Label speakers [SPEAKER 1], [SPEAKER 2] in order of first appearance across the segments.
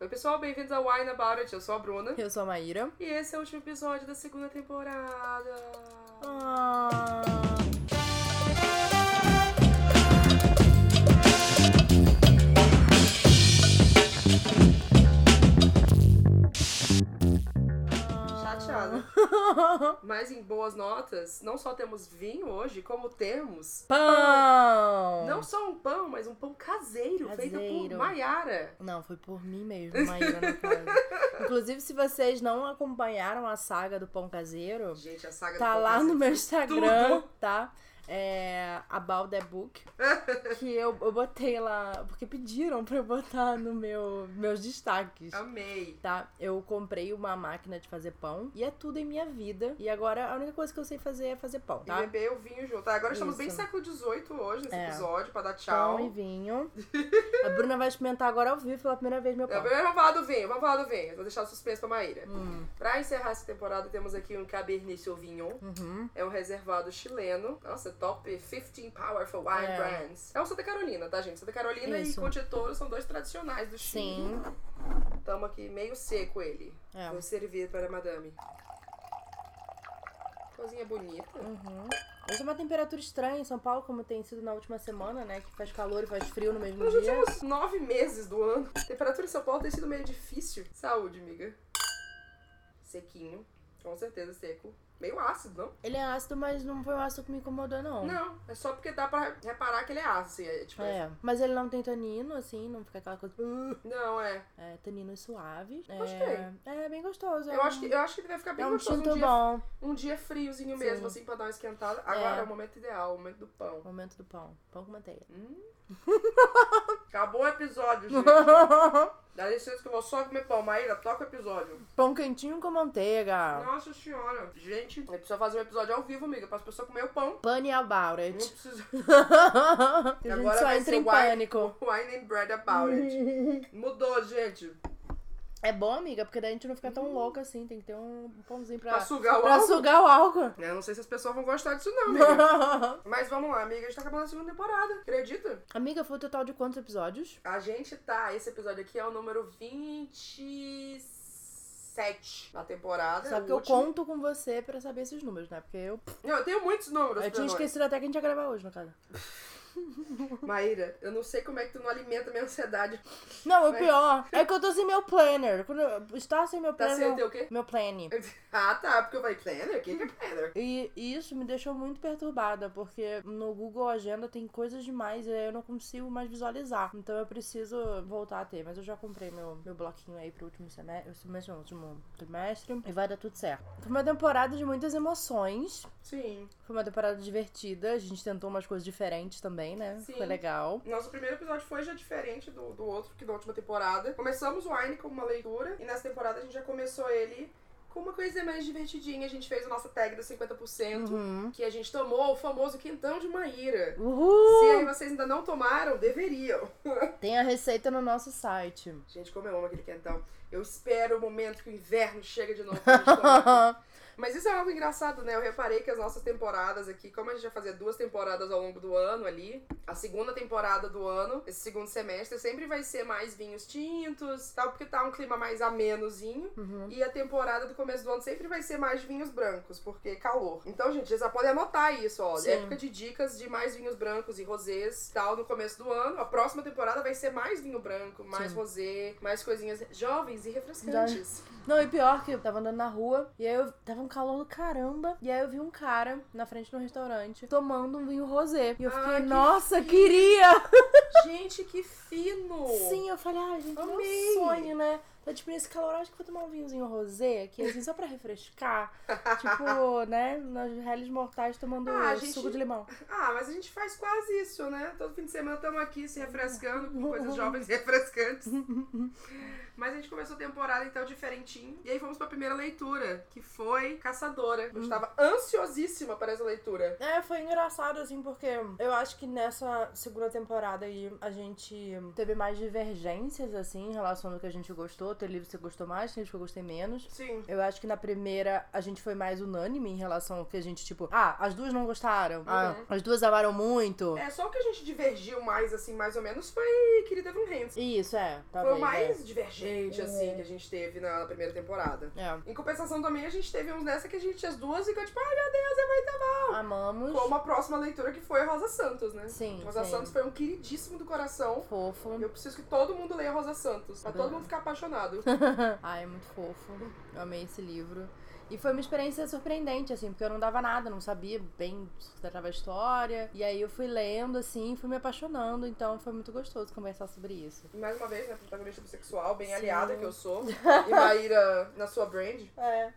[SPEAKER 1] Oi, pessoal, bem-vindos ao Wine About It. Eu sou a Bruna.
[SPEAKER 2] Eu sou a Maíra.
[SPEAKER 1] E esse é o último episódio da segunda temporada.
[SPEAKER 2] Ah.
[SPEAKER 1] Chateada. Mas em boas notas, não só temos vinho hoje, como temos.
[SPEAKER 2] Pão!
[SPEAKER 1] Não só um pão, mas um pão caseiro, feito por
[SPEAKER 2] É. Caseiro.
[SPEAKER 1] Maiara.
[SPEAKER 2] Não, foi por mim mesmo, Maíra, no caso. Inclusive, se vocês não acompanharam a saga do pão caseiro,
[SPEAKER 1] Gente, a saga
[SPEAKER 2] tá
[SPEAKER 1] do pão
[SPEAKER 2] lá
[SPEAKER 1] caseiro.
[SPEAKER 2] no meu Instagram, tá? É, About That Book, que eu, eu botei lá, porque pediram pra eu botar no meu meus destaques.
[SPEAKER 1] Amei.
[SPEAKER 2] Tá, eu comprei uma máquina de fazer pão e é tudo em minha vida. E agora a única coisa que eu sei fazer é fazer pão,
[SPEAKER 1] E
[SPEAKER 2] tá?
[SPEAKER 1] beber o vinho junto. Tá, agora estamos
[SPEAKER 2] Isso.
[SPEAKER 1] bem século XVIII hoje nesse
[SPEAKER 2] É. Então,
[SPEAKER 1] episódio, pra dar tchau.
[SPEAKER 2] Pão e vinho. A Bruna vai experimentar agora ao vivo pela primeira vez meu
[SPEAKER 1] É,
[SPEAKER 2] pão.
[SPEAKER 1] primeiro vamos falar do vinho, vamos falar do vinho. Vou deixar o suspense pra Maíra. Pra encerrar essa temporada, temos aqui um Cabernet Sauvignon.
[SPEAKER 2] Uhum.
[SPEAKER 1] É um reservado chileno. Nossa, top 15 Powerful Wine
[SPEAKER 2] É.
[SPEAKER 1] Brands. É o Santa Carolina, tá, gente? Santa Carolina e
[SPEAKER 2] Isso.
[SPEAKER 1] Conte Toro são dois tradicionais do Chile.
[SPEAKER 2] Sim.
[SPEAKER 1] Tamo aqui meio seco ele.
[SPEAKER 2] É.
[SPEAKER 1] Vou servir para a madame. Cozinha bonita.
[SPEAKER 2] Uhum. Hoje é uma temperatura estranha em São Paulo, como tem sido na última semana, né? Que faz calor e faz frio no mesmo
[SPEAKER 1] Nos
[SPEAKER 2] dia.
[SPEAKER 1] últimos nove meses do ano, a temperatura em São Paulo tem sido meio difícil. Saúde, amiga. Sequinho. Com certeza seco. Meio ácido, não?
[SPEAKER 2] Ele é ácido, mas não foi um ácido que me incomodou, não.
[SPEAKER 1] Não, é só porque dá pra reparar que ele é ácido. assim, é, tipo,
[SPEAKER 2] É, mas ele não tem tanino, assim, não fica aquela coisa. "Uh",
[SPEAKER 1] Não, é.
[SPEAKER 2] É, taninos suaves.
[SPEAKER 1] Gostei.
[SPEAKER 2] É, é bem gostoso. é
[SPEAKER 1] Eu
[SPEAKER 2] um-
[SPEAKER 1] acho, que, eu acho que ele vai ficar bem
[SPEAKER 2] é um
[SPEAKER 1] gostoso
[SPEAKER 2] tinto
[SPEAKER 1] um dia,
[SPEAKER 2] bom.
[SPEAKER 1] um dia friozinho
[SPEAKER 2] Sim.
[SPEAKER 1] mesmo, assim, pra dar uma esquentada. Agora é,
[SPEAKER 2] É.
[SPEAKER 1] o momento ideal, o momento do pão.
[SPEAKER 2] Momento do pão. Pão com manteiga.
[SPEAKER 1] Hum. Acabou o episódio, gente. Dá licença que eu vou só comer pão. Maíra, toca o episódio.
[SPEAKER 2] pão quentinho com manteiga.
[SPEAKER 1] Nossa senhora. Gente, eu preciso fazer um episódio ao vivo, amiga, para as pessoas comer o pão.
[SPEAKER 2] Pane about
[SPEAKER 1] Não
[SPEAKER 2] it.
[SPEAKER 1] precisa.
[SPEAKER 2] a gente
[SPEAKER 1] Agora
[SPEAKER 2] só
[SPEAKER 1] vai
[SPEAKER 2] entra
[SPEAKER 1] ser
[SPEAKER 2] em
[SPEAKER 1] wine-
[SPEAKER 2] pânico.
[SPEAKER 1] Wine and bread about it. Mudou, gente.
[SPEAKER 2] É bom, amiga, porque daí a gente não fica tão louca assim. Tem que ter um pãozinho pra,
[SPEAKER 1] Hum. Pra sugar o
[SPEAKER 2] pra
[SPEAKER 1] álcool.
[SPEAKER 2] sugar o álcool.
[SPEAKER 1] Eu não sei se as pessoas vão gostar disso, não, amiga. Mas vamos lá, amiga. A gente tá acabando a segunda temporada. Acredita?
[SPEAKER 2] amiga, foi o total de quantos episódios?
[SPEAKER 1] A gente tá. Esse episódio aqui é o número 27 da temporada. é
[SPEAKER 2] Só
[SPEAKER 1] o
[SPEAKER 2] que eu
[SPEAKER 1] último.
[SPEAKER 2] conto com você pra saber esses números, né? Porque eu,
[SPEAKER 1] Não, eu tenho muitos números,
[SPEAKER 2] eu tinha
[SPEAKER 1] perdões.
[SPEAKER 2] esquecido até que a gente ia gravar hoje, no caso.
[SPEAKER 1] Maíra, eu não sei como é que tu não alimenta minha ansiedade.
[SPEAKER 2] Não, o
[SPEAKER 1] Mas-
[SPEAKER 2] pior é que eu tô sem meu planner. Quando eu estar sem meu
[SPEAKER 1] Tá
[SPEAKER 2] planner.
[SPEAKER 1] sem o teu quê?
[SPEAKER 2] Meu planning.
[SPEAKER 1] Ah, tá. Porque eu falei, planner? O que que é planner?
[SPEAKER 2] E e isso me deixou muito perturbada, porque no Google Agenda tem coisas demais e aí eu não consigo mais visualizar. Então eu preciso voltar a ter. Mas eu já comprei meu, meu bloquinho aí pro último semestre, semestre não, último trimestre, e vai dar tudo certo. Foi uma temporada de muitas emoções.
[SPEAKER 1] Sim.
[SPEAKER 2] Foi uma temporada divertida. A gente tentou umas coisas diferentes também, né?
[SPEAKER 1] Sim.
[SPEAKER 2] Foi legal.
[SPEAKER 1] Nosso primeiro episódio foi já diferente do, do outro, que da última temporada. Começamos o Wine com uma leitura, e nessa temporada a gente já começou ele com uma coisa mais divertidinha. A gente fez a nossa tag dos 50%,
[SPEAKER 2] Uhum.
[SPEAKER 1] que a gente tomou o famoso quentão de Maíra. Se
[SPEAKER 2] Uhul!
[SPEAKER 1] aí vocês ainda não tomaram, deveriam.
[SPEAKER 2] Tem a receita no nosso site.
[SPEAKER 1] Gente, como eu amo aquele quentão. Eu espero o momento que o inverno chega de novo pra gente tomar. Mas isso é algo engraçado, né? Eu reparei que as nossas temporadas aqui, como a gente já fazia duas temporadas ao longo do ano ali, a segunda temporada do ano, esse segundo semestre, sempre vai ser mais vinhos tintos, tal, porque tá um clima mais amenozinho.
[SPEAKER 2] Uhum.
[SPEAKER 1] E a temporada do começo do ano sempre vai ser mais vinhos brancos, porque calor. Então, gente, vocês já podem anotar isso, ó.
[SPEAKER 2] Sim.
[SPEAKER 1] Época de dicas de mais vinhos brancos e rosés, tal, no começo do ano. A próxima temporada vai ser mais vinho branco, mais
[SPEAKER 2] Sim.
[SPEAKER 1] rosé, mais coisinhas jovens e refrescantes.
[SPEAKER 2] Não, e pior que eu tava andando na rua e aí eu tava um calor do caramba. E aí eu vi um cara na frente de um restaurante tomando um vinho rosé. E eu fiquei,
[SPEAKER 1] Ah, que
[SPEAKER 2] nossa, queria!
[SPEAKER 1] gente, que fino!
[SPEAKER 2] Sim, eu falei, ah, gente,
[SPEAKER 1] Amei.
[SPEAKER 2] meu sonho, né? Tá tipo nesse calor, acho que vou tomar um vinhozinho rosé aqui, assim, só pra refrescar. tipo, né? Nas reles mortais tomando
[SPEAKER 1] Ah, gente-
[SPEAKER 2] suco de limão.
[SPEAKER 1] Ah, mas a gente faz quase isso, né? Todo fim de semana estamos aqui se refrescando com coisas jovens e refrescantes. Mas a gente começou a temporada então diferentinho. E aí fomos pra primeira leitura, que foi Caçadora.
[SPEAKER 2] Hum.
[SPEAKER 1] Eu estava ansiosíssima para essa leitura.
[SPEAKER 2] É, foi engraçado, assim, porque eu acho que nessa segunda temporada aí a gente teve mais divergências, assim, em relação ao que a gente gostou. Tem livros que você gostou mais, tem livros que eu gostei menos.
[SPEAKER 1] Sim.
[SPEAKER 2] Eu acho que na primeira a gente foi mais unânime em relação ao que a gente, tipo, ah, as duas não gostaram, ah, as duas amaram muito.
[SPEAKER 1] É, só o que a gente divergiu mais, assim, mais ou menos, foi Querida Von Hansen.
[SPEAKER 2] Isso, é.
[SPEAKER 1] Foi
[SPEAKER 2] Talvez,
[SPEAKER 1] o mais
[SPEAKER 2] é.
[SPEAKER 1] diferente, assim, que a gente teve na primeira temporada.
[SPEAKER 2] É.
[SPEAKER 1] Em compensação também, a gente teve uns nessa que a gente, as duas, ficou tipo, ai meu Deus, é muito
[SPEAKER 2] Amamos.
[SPEAKER 1] Como a próxima leitura que foi a Rosa Santos, né?
[SPEAKER 2] Sim,
[SPEAKER 1] Rosa
[SPEAKER 2] sim.
[SPEAKER 1] Santos foi um queridíssimo do coração.
[SPEAKER 2] Fofo.
[SPEAKER 1] Eu preciso que todo mundo leia Rosa Santos, pra
[SPEAKER 2] Uhum.
[SPEAKER 1] todo mundo ficar apaixonado.
[SPEAKER 2] Ai, é muito fofo. Eu amei esse livro. E foi uma experiência surpreendente, assim, porque eu não dava nada, não sabia bem do que tratava a história. E aí eu fui lendo, assim, e fui me apaixonando. Então foi muito gostoso conversar sobre isso.
[SPEAKER 1] E mais uma vez, né, protagonista bissexual, bem
[SPEAKER 2] Sim.
[SPEAKER 1] aliada que eu sou. E Maíra na sua brand.
[SPEAKER 2] É.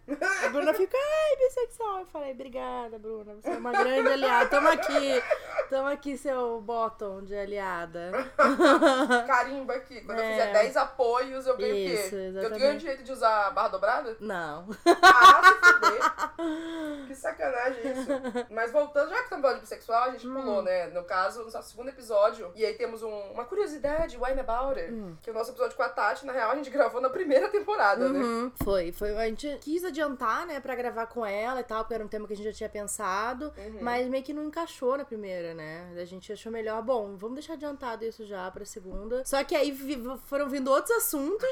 [SPEAKER 2] A Bruna fica, ai, bissexual. Eu falei, obrigada, Bruna. Você é uma grande aliada. Tamo aqui. Tamo aqui, seu bottom de aliada.
[SPEAKER 1] Carimba aqui. Quando eu
[SPEAKER 2] É.
[SPEAKER 1] fizer 10 apoios, eu ganho o
[SPEAKER 2] Isso,
[SPEAKER 1] quê? Eu ganho o
[SPEAKER 2] exatamente.
[SPEAKER 1] direito de usar barra dobrada?
[SPEAKER 2] Não.
[SPEAKER 1] Ah, se fuder. Que sacanagem isso. Mas voltando, já que estamos falando de bissexual, a
[SPEAKER 2] Hum.
[SPEAKER 1] gente pulou, né? No caso, no nosso segundo episódio. E aí temos um- uma curiosidade, Wine About It.
[SPEAKER 2] Hum.
[SPEAKER 1] Que o nosso episódio com a Tati, na real, a gente gravou na primeira temporada, né?
[SPEAKER 2] Uhum, Foi, foi. A gente quis adiantar, né, pra gravar com ela e tal, porque era um tema que a gente já tinha pensado,
[SPEAKER 1] Uhum.
[SPEAKER 2] mas meio que não encaixou na primeira, né? A gente achou melhor, bom, vamos deixar adiantado isso já pra segunda. Só que aí vi- foram vindo outros assuntos,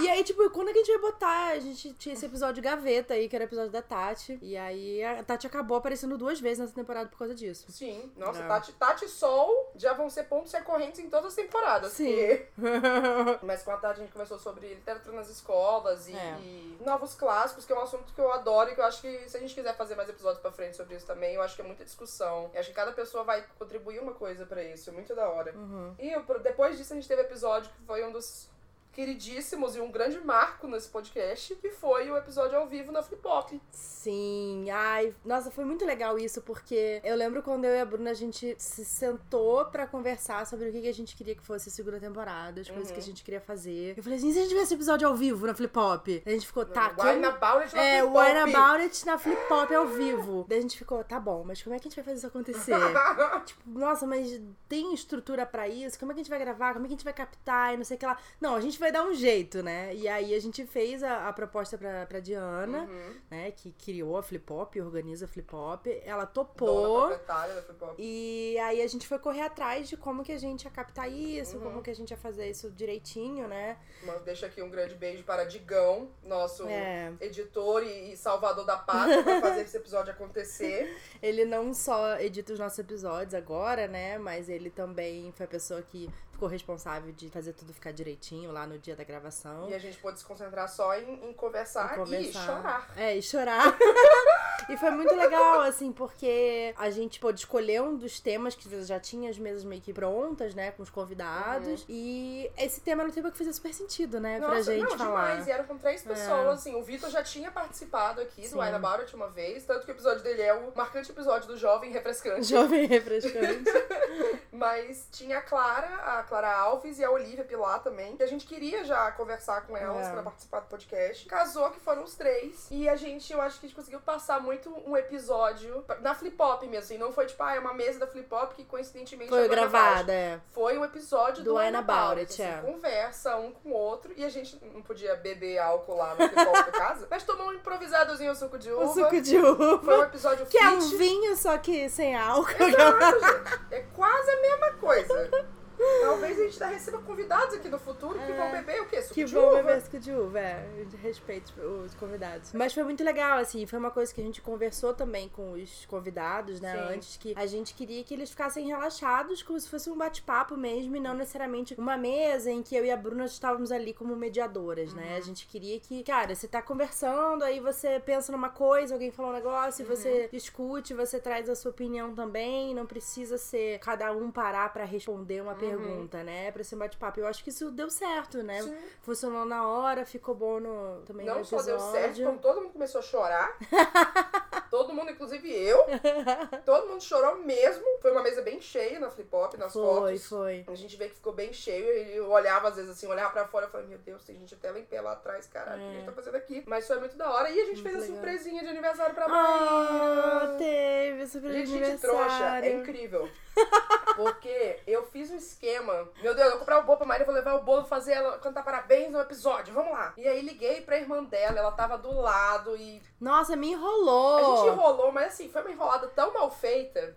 [SPEAKER 2] e aí, tipo, quando é que a gente ia botar? A gente tinha esse episódio gaveta aí, que era o episódio da Tati, e aí a Tati acabou aparecendo duas vezes nessa temporada por causa disso.
[SPEAKER 1] Sim, nossa,
[SPEAKER 2] É.
[SPEAKER 1] Tati, Tati e Sol já vão ser pontos recorrentes em todas as temporadas.
[SPEAKER 2] Sim.
[SPEAKER 1] porque- Mas com a Tati a gente conversou sobre literatura nas escolas e,
[SPEAKER 2] É.
[SPEAKER 1] e novos clássicos, que é um assunto que eu adoro e que eu acho que se a gente quiser fazer mais episódios pra frente sobre isso também, eu acho que é muita discussão. Eu acho que cada pessoa vai contribuir uma coisa pra isso, é muito da hora.
[SPEAKER 2] Uhum.
[SPEAKER 1] E eu- depois disso a gente teve episódio que foi um dos queridíssimos e um grande marco nesse podcast, que foi o episódio ao vivo na Flip Pop.
[SPEAKER 2] Sim, ai, nossa, foi muito legal isso, porque eu lembro quando eu e a Bruna a gente se sentou pra conversar sobre o que que a gente queria que fosse a segunda temporada, as coisas
[SPEAKER 1] Uhum.
[SPEAKER 2] que a gente queria fazer. Eu falei assim, e se a gente tivesse episódio ao vivo na Flip Hop? A gente ficou, tá, como-
[SPEAKER 1] Wine About It na
[SPEAKER 2] É,
[SPEAKER 1] Flip
[SPEAKER 2] o What About It na Flip Hop ao vivo. Daí a gente ficou, tá bom, mas como é que a gente vai fazer isso acontecer? tipo, nossa, mas tem estrutura pra isso? Como é que a gente vai gravar? Como é que a gente vai captar? E não sei o que lá. Não, a gente vai dar um jeito, né? E aí a gente fez a, a proposta pra, pra Diana
[SPEAKER 1] Uhum.
[SPEAKER 2] né, que criou a Flip Hop, organiza a Flip Hop, ela
[SPEAKER 1] Dona
[SPEAKER 2] topou.
[SPEAKER 1] Então, é proprietária da Flip Pop.
[SPEAKER 2] E aí a gente foi correr atrás de como que a gente ia captar isso,
[SPEAKER 1] Uhum.
[SPEAKER 2] como que a gente ia fazer isso direitinho, né?
[SPEAKER 1] Mas deixa aqui um grande beijo para Digão, nosso
[SPEAKER 2] É,
[SPEAKER 1] editor e e salvador da pátria, pra fazer esse episódio acontecer.
[SPEAKER 2] ele não só edita os nossos episódios agora, né? Mas ele também foi a pessoa que ficou responsável de fazer tudo ficar direitinho lá no dia da gravação.
[SPEAKER 1] E a gente pôde se concentrar só em, em conversar,
[SPEAKER 2] E
[SPEAKER 1] e,
[SPEAKER 2] conversar.
[SPEAKER 1] chorar.
[SPEAKER 2] É, e chorar. e foi muito legal, assim, porque a gente pôde escolher um dos temas que já tinha as mesas meio que prontas, né, com os convidados. E esse tema era um tema que fazia super sentido, né, pra
[SPEAKER 1] Uhum. Nossa,
[SPEAKER 2] gente
[SPEAKER 1] não,
[SPEAKER 2] falar. É.
[SPEAKER 1] demais. E eram com três pessoas, assim. O Vitor já tinha participado aqui
[SPEAKER 2] Sim.
[SPEAKER 1] do Wine About It uma vez, tanto que o episódio dele é o marcante episódio do Jovem Refrescante.
[SPEAKER 2] Jovem refrescante.
[SPEAKER 1] Mas tinha a Clara, a Clara Alves e a Olivia Pilar também. E a gente queria já conversar com elas
[SPEAKER 2] É.
[SPEAKER 1] pra participar do podcast. Casou que foram os três. E a gente, eu acho que a gente conseguiu passar muito um episódio pra- na Flip Hop mesmo. Assim. Não foi tipo, ah, é uma mesa da Flip Hop que coincidentemente
[SPEAKER 2] Foi
[SPEAKER 1] agora faz.
[SPEAKER 2] gravada, é.
[SPEAKER 1] Foi um episódio do,
[SPEAKER 2] Do
[SPEAKER 1] Ana
[SPEAKER 2] Ana
[SPEAKER 1] About
[SPEAKER 2] About
[SPEAKER 1] It,
[SPEAKER 2] It,
[SPEAKER 1] assim,
[SPEAKER 2] é.
[SPEAKER 1] Conversa um com o outro. E a gente não podia beber álcool lá no Flip Hop da casa. Mas tomou um improvisadozinho, um suco de uva.
[SPEAKER 2] O suco de
[SPEAKER 1] Foi um
[SPEAKER 2] uva.
[SPEAKER 1] episódio
[SPEAKER 2] Que é um
[SPEAKER 1] fit.
[SPEAKER 2] vinho, só que sem álcool.
[SPEAKER 1] Exato, gente. É quase a mesma coisa. Talvez a gente ainda receba convidados aqui no futuro que
[SPEAKER 2] É.
[SPEAKER 1] vão beber o quê? Suco
[SPEAKER 2] Que
[SPEAKER 1] de
[SPEAKER 2] bom
[SPEAKER 1] uva?
[SPEAKER 2] beber suco de uva, é. De respeito os convidados. Mas foi muito legal, assim, foi uma coisa que a gente conversou também com os convidados, né?
[SPEAKER 1] Sim.
[SPEAKER 2] Antes que a gente queria que eles ficassem relaxados, como se fosse um bate-papo mesmo, e não necessariamente uma mesa em que eu e a Bruna estávamos ali como mediadoras,
[SPEAKER 1] Uhum.
[SPEAKER 2] né? A gente queria que, cara, você tá conversando, aí você pensa numa coisa, alguém fala um negócio, e
[SPEAKER 1] Uhum.
[SPEAKER 2] você discute, você traz a sua opinião também, não precisa ser cada um parar pra responder
[SPEAKER 1] Uhum.
[SPEAKER 2] uma pergunta, né? Pra ser um bate-papo. Eu acho que isso deu certo, né?
[SPEAKER 1] Sim.
[SPEAKER 2] funcionou na hora, ficou bom no também no
[SPEAKER 1] Não só
[SPEAKER 2] episódio.
[SPEAKER 1] deu certo, como todo mundo começou a chorar. todo mundo, inclusive eu. Todo mundo chorou mesmo. Foi uma mesa bem cheia na flip hop, nas
[SPEAKER 2] foi,
[SPEAKER 1] fotos.
[SPEAKER 2] foi.
[SPEAKER 1] A gente vê que ficou bem cheio e eu olhava às vezes assim, olhava pra fora e falava, meu Deus, tem gente até lá em pé lá atrás, caralho, o que a gente tá fazendo aqui? Mas foi muito da hora e a gente
[SPEAKER 2] É. Muito
[SPEAKER 1] fez a
[SPEAKER 2] legal.
[SPEAKER 1] surpresinha de aniversário pra Maíra.
[SPEAKER 2] Ah, teve super
[SPEAKER 1] Tá Gente, gente trouxa, é
[SPEAKER 2] aniversário.
[SPEAKER 1] incrível. Porque eu fiz um esquema. Meu Deus, eu vou comprar o bolo pra Maria, vou levar o bolo, fazer ela cantar parabéns no episódio. Vamos lá. E aí liguei pra irmã dela, ela tava do lado e
[SPEAKER 2] Nossa,
[SPEAKER 1] a
[SPEAKER 2] me
[SPEAKER 1] gente
[SPEAKER 2] enrolou.
[SPEAKER 1] enrolou, mas assim, foi uma enrolada tão mal feita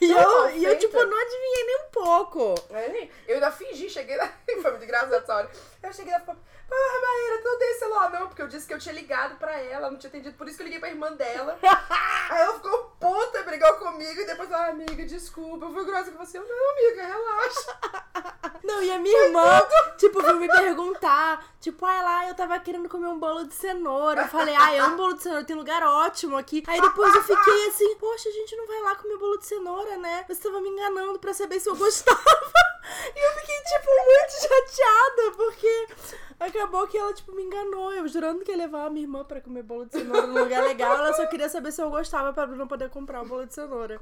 [SPEAKER 2] E eu, e eu,
[SPEAKER 1] feita.
[SPEAKER 2] tipo, não adivinhei nem um pouco.
[SPEAKER 1] Aí, né? Eu ainda fingi, cheguei na. Foi muito engraçado essa hora. Eu cheguei lá e falei, porra, Maíra, tu não dei celular, não, porque eu disse que eu tinha ligado pra ela, não tinha atendido, por isso que eu liguei pra irmã dela. Aí ela ficou puta, brigou comigo, e depois falou, ah, amiga, desculpa, eu fui grossa com você. Eu, não, amiga, relaxa.
[SPEAKER 2] Não, e a minha irmã, tipo, veio me perguntar. Tipo, ai lá, eu tava querendo comer um bolo de cenoura. Eu falei, ai, eu amo bolo de cenoura, tem lugar ótimo aqui. Aí depois eu fiquei assim, poxa, a gente não vai lá comer bolo de cenoura, né? Você tava me enganando pra saber se eu gostava. E eu fiquei, tipo, muito chateada, porque acabou que ela, tipo, me enganou. Eu jurando que ia levar a minha irmã pra comer bolo de cenoura num lugar legal. Ela só queria saber se eu gostava pra não poder comprar o bolo de cenoura.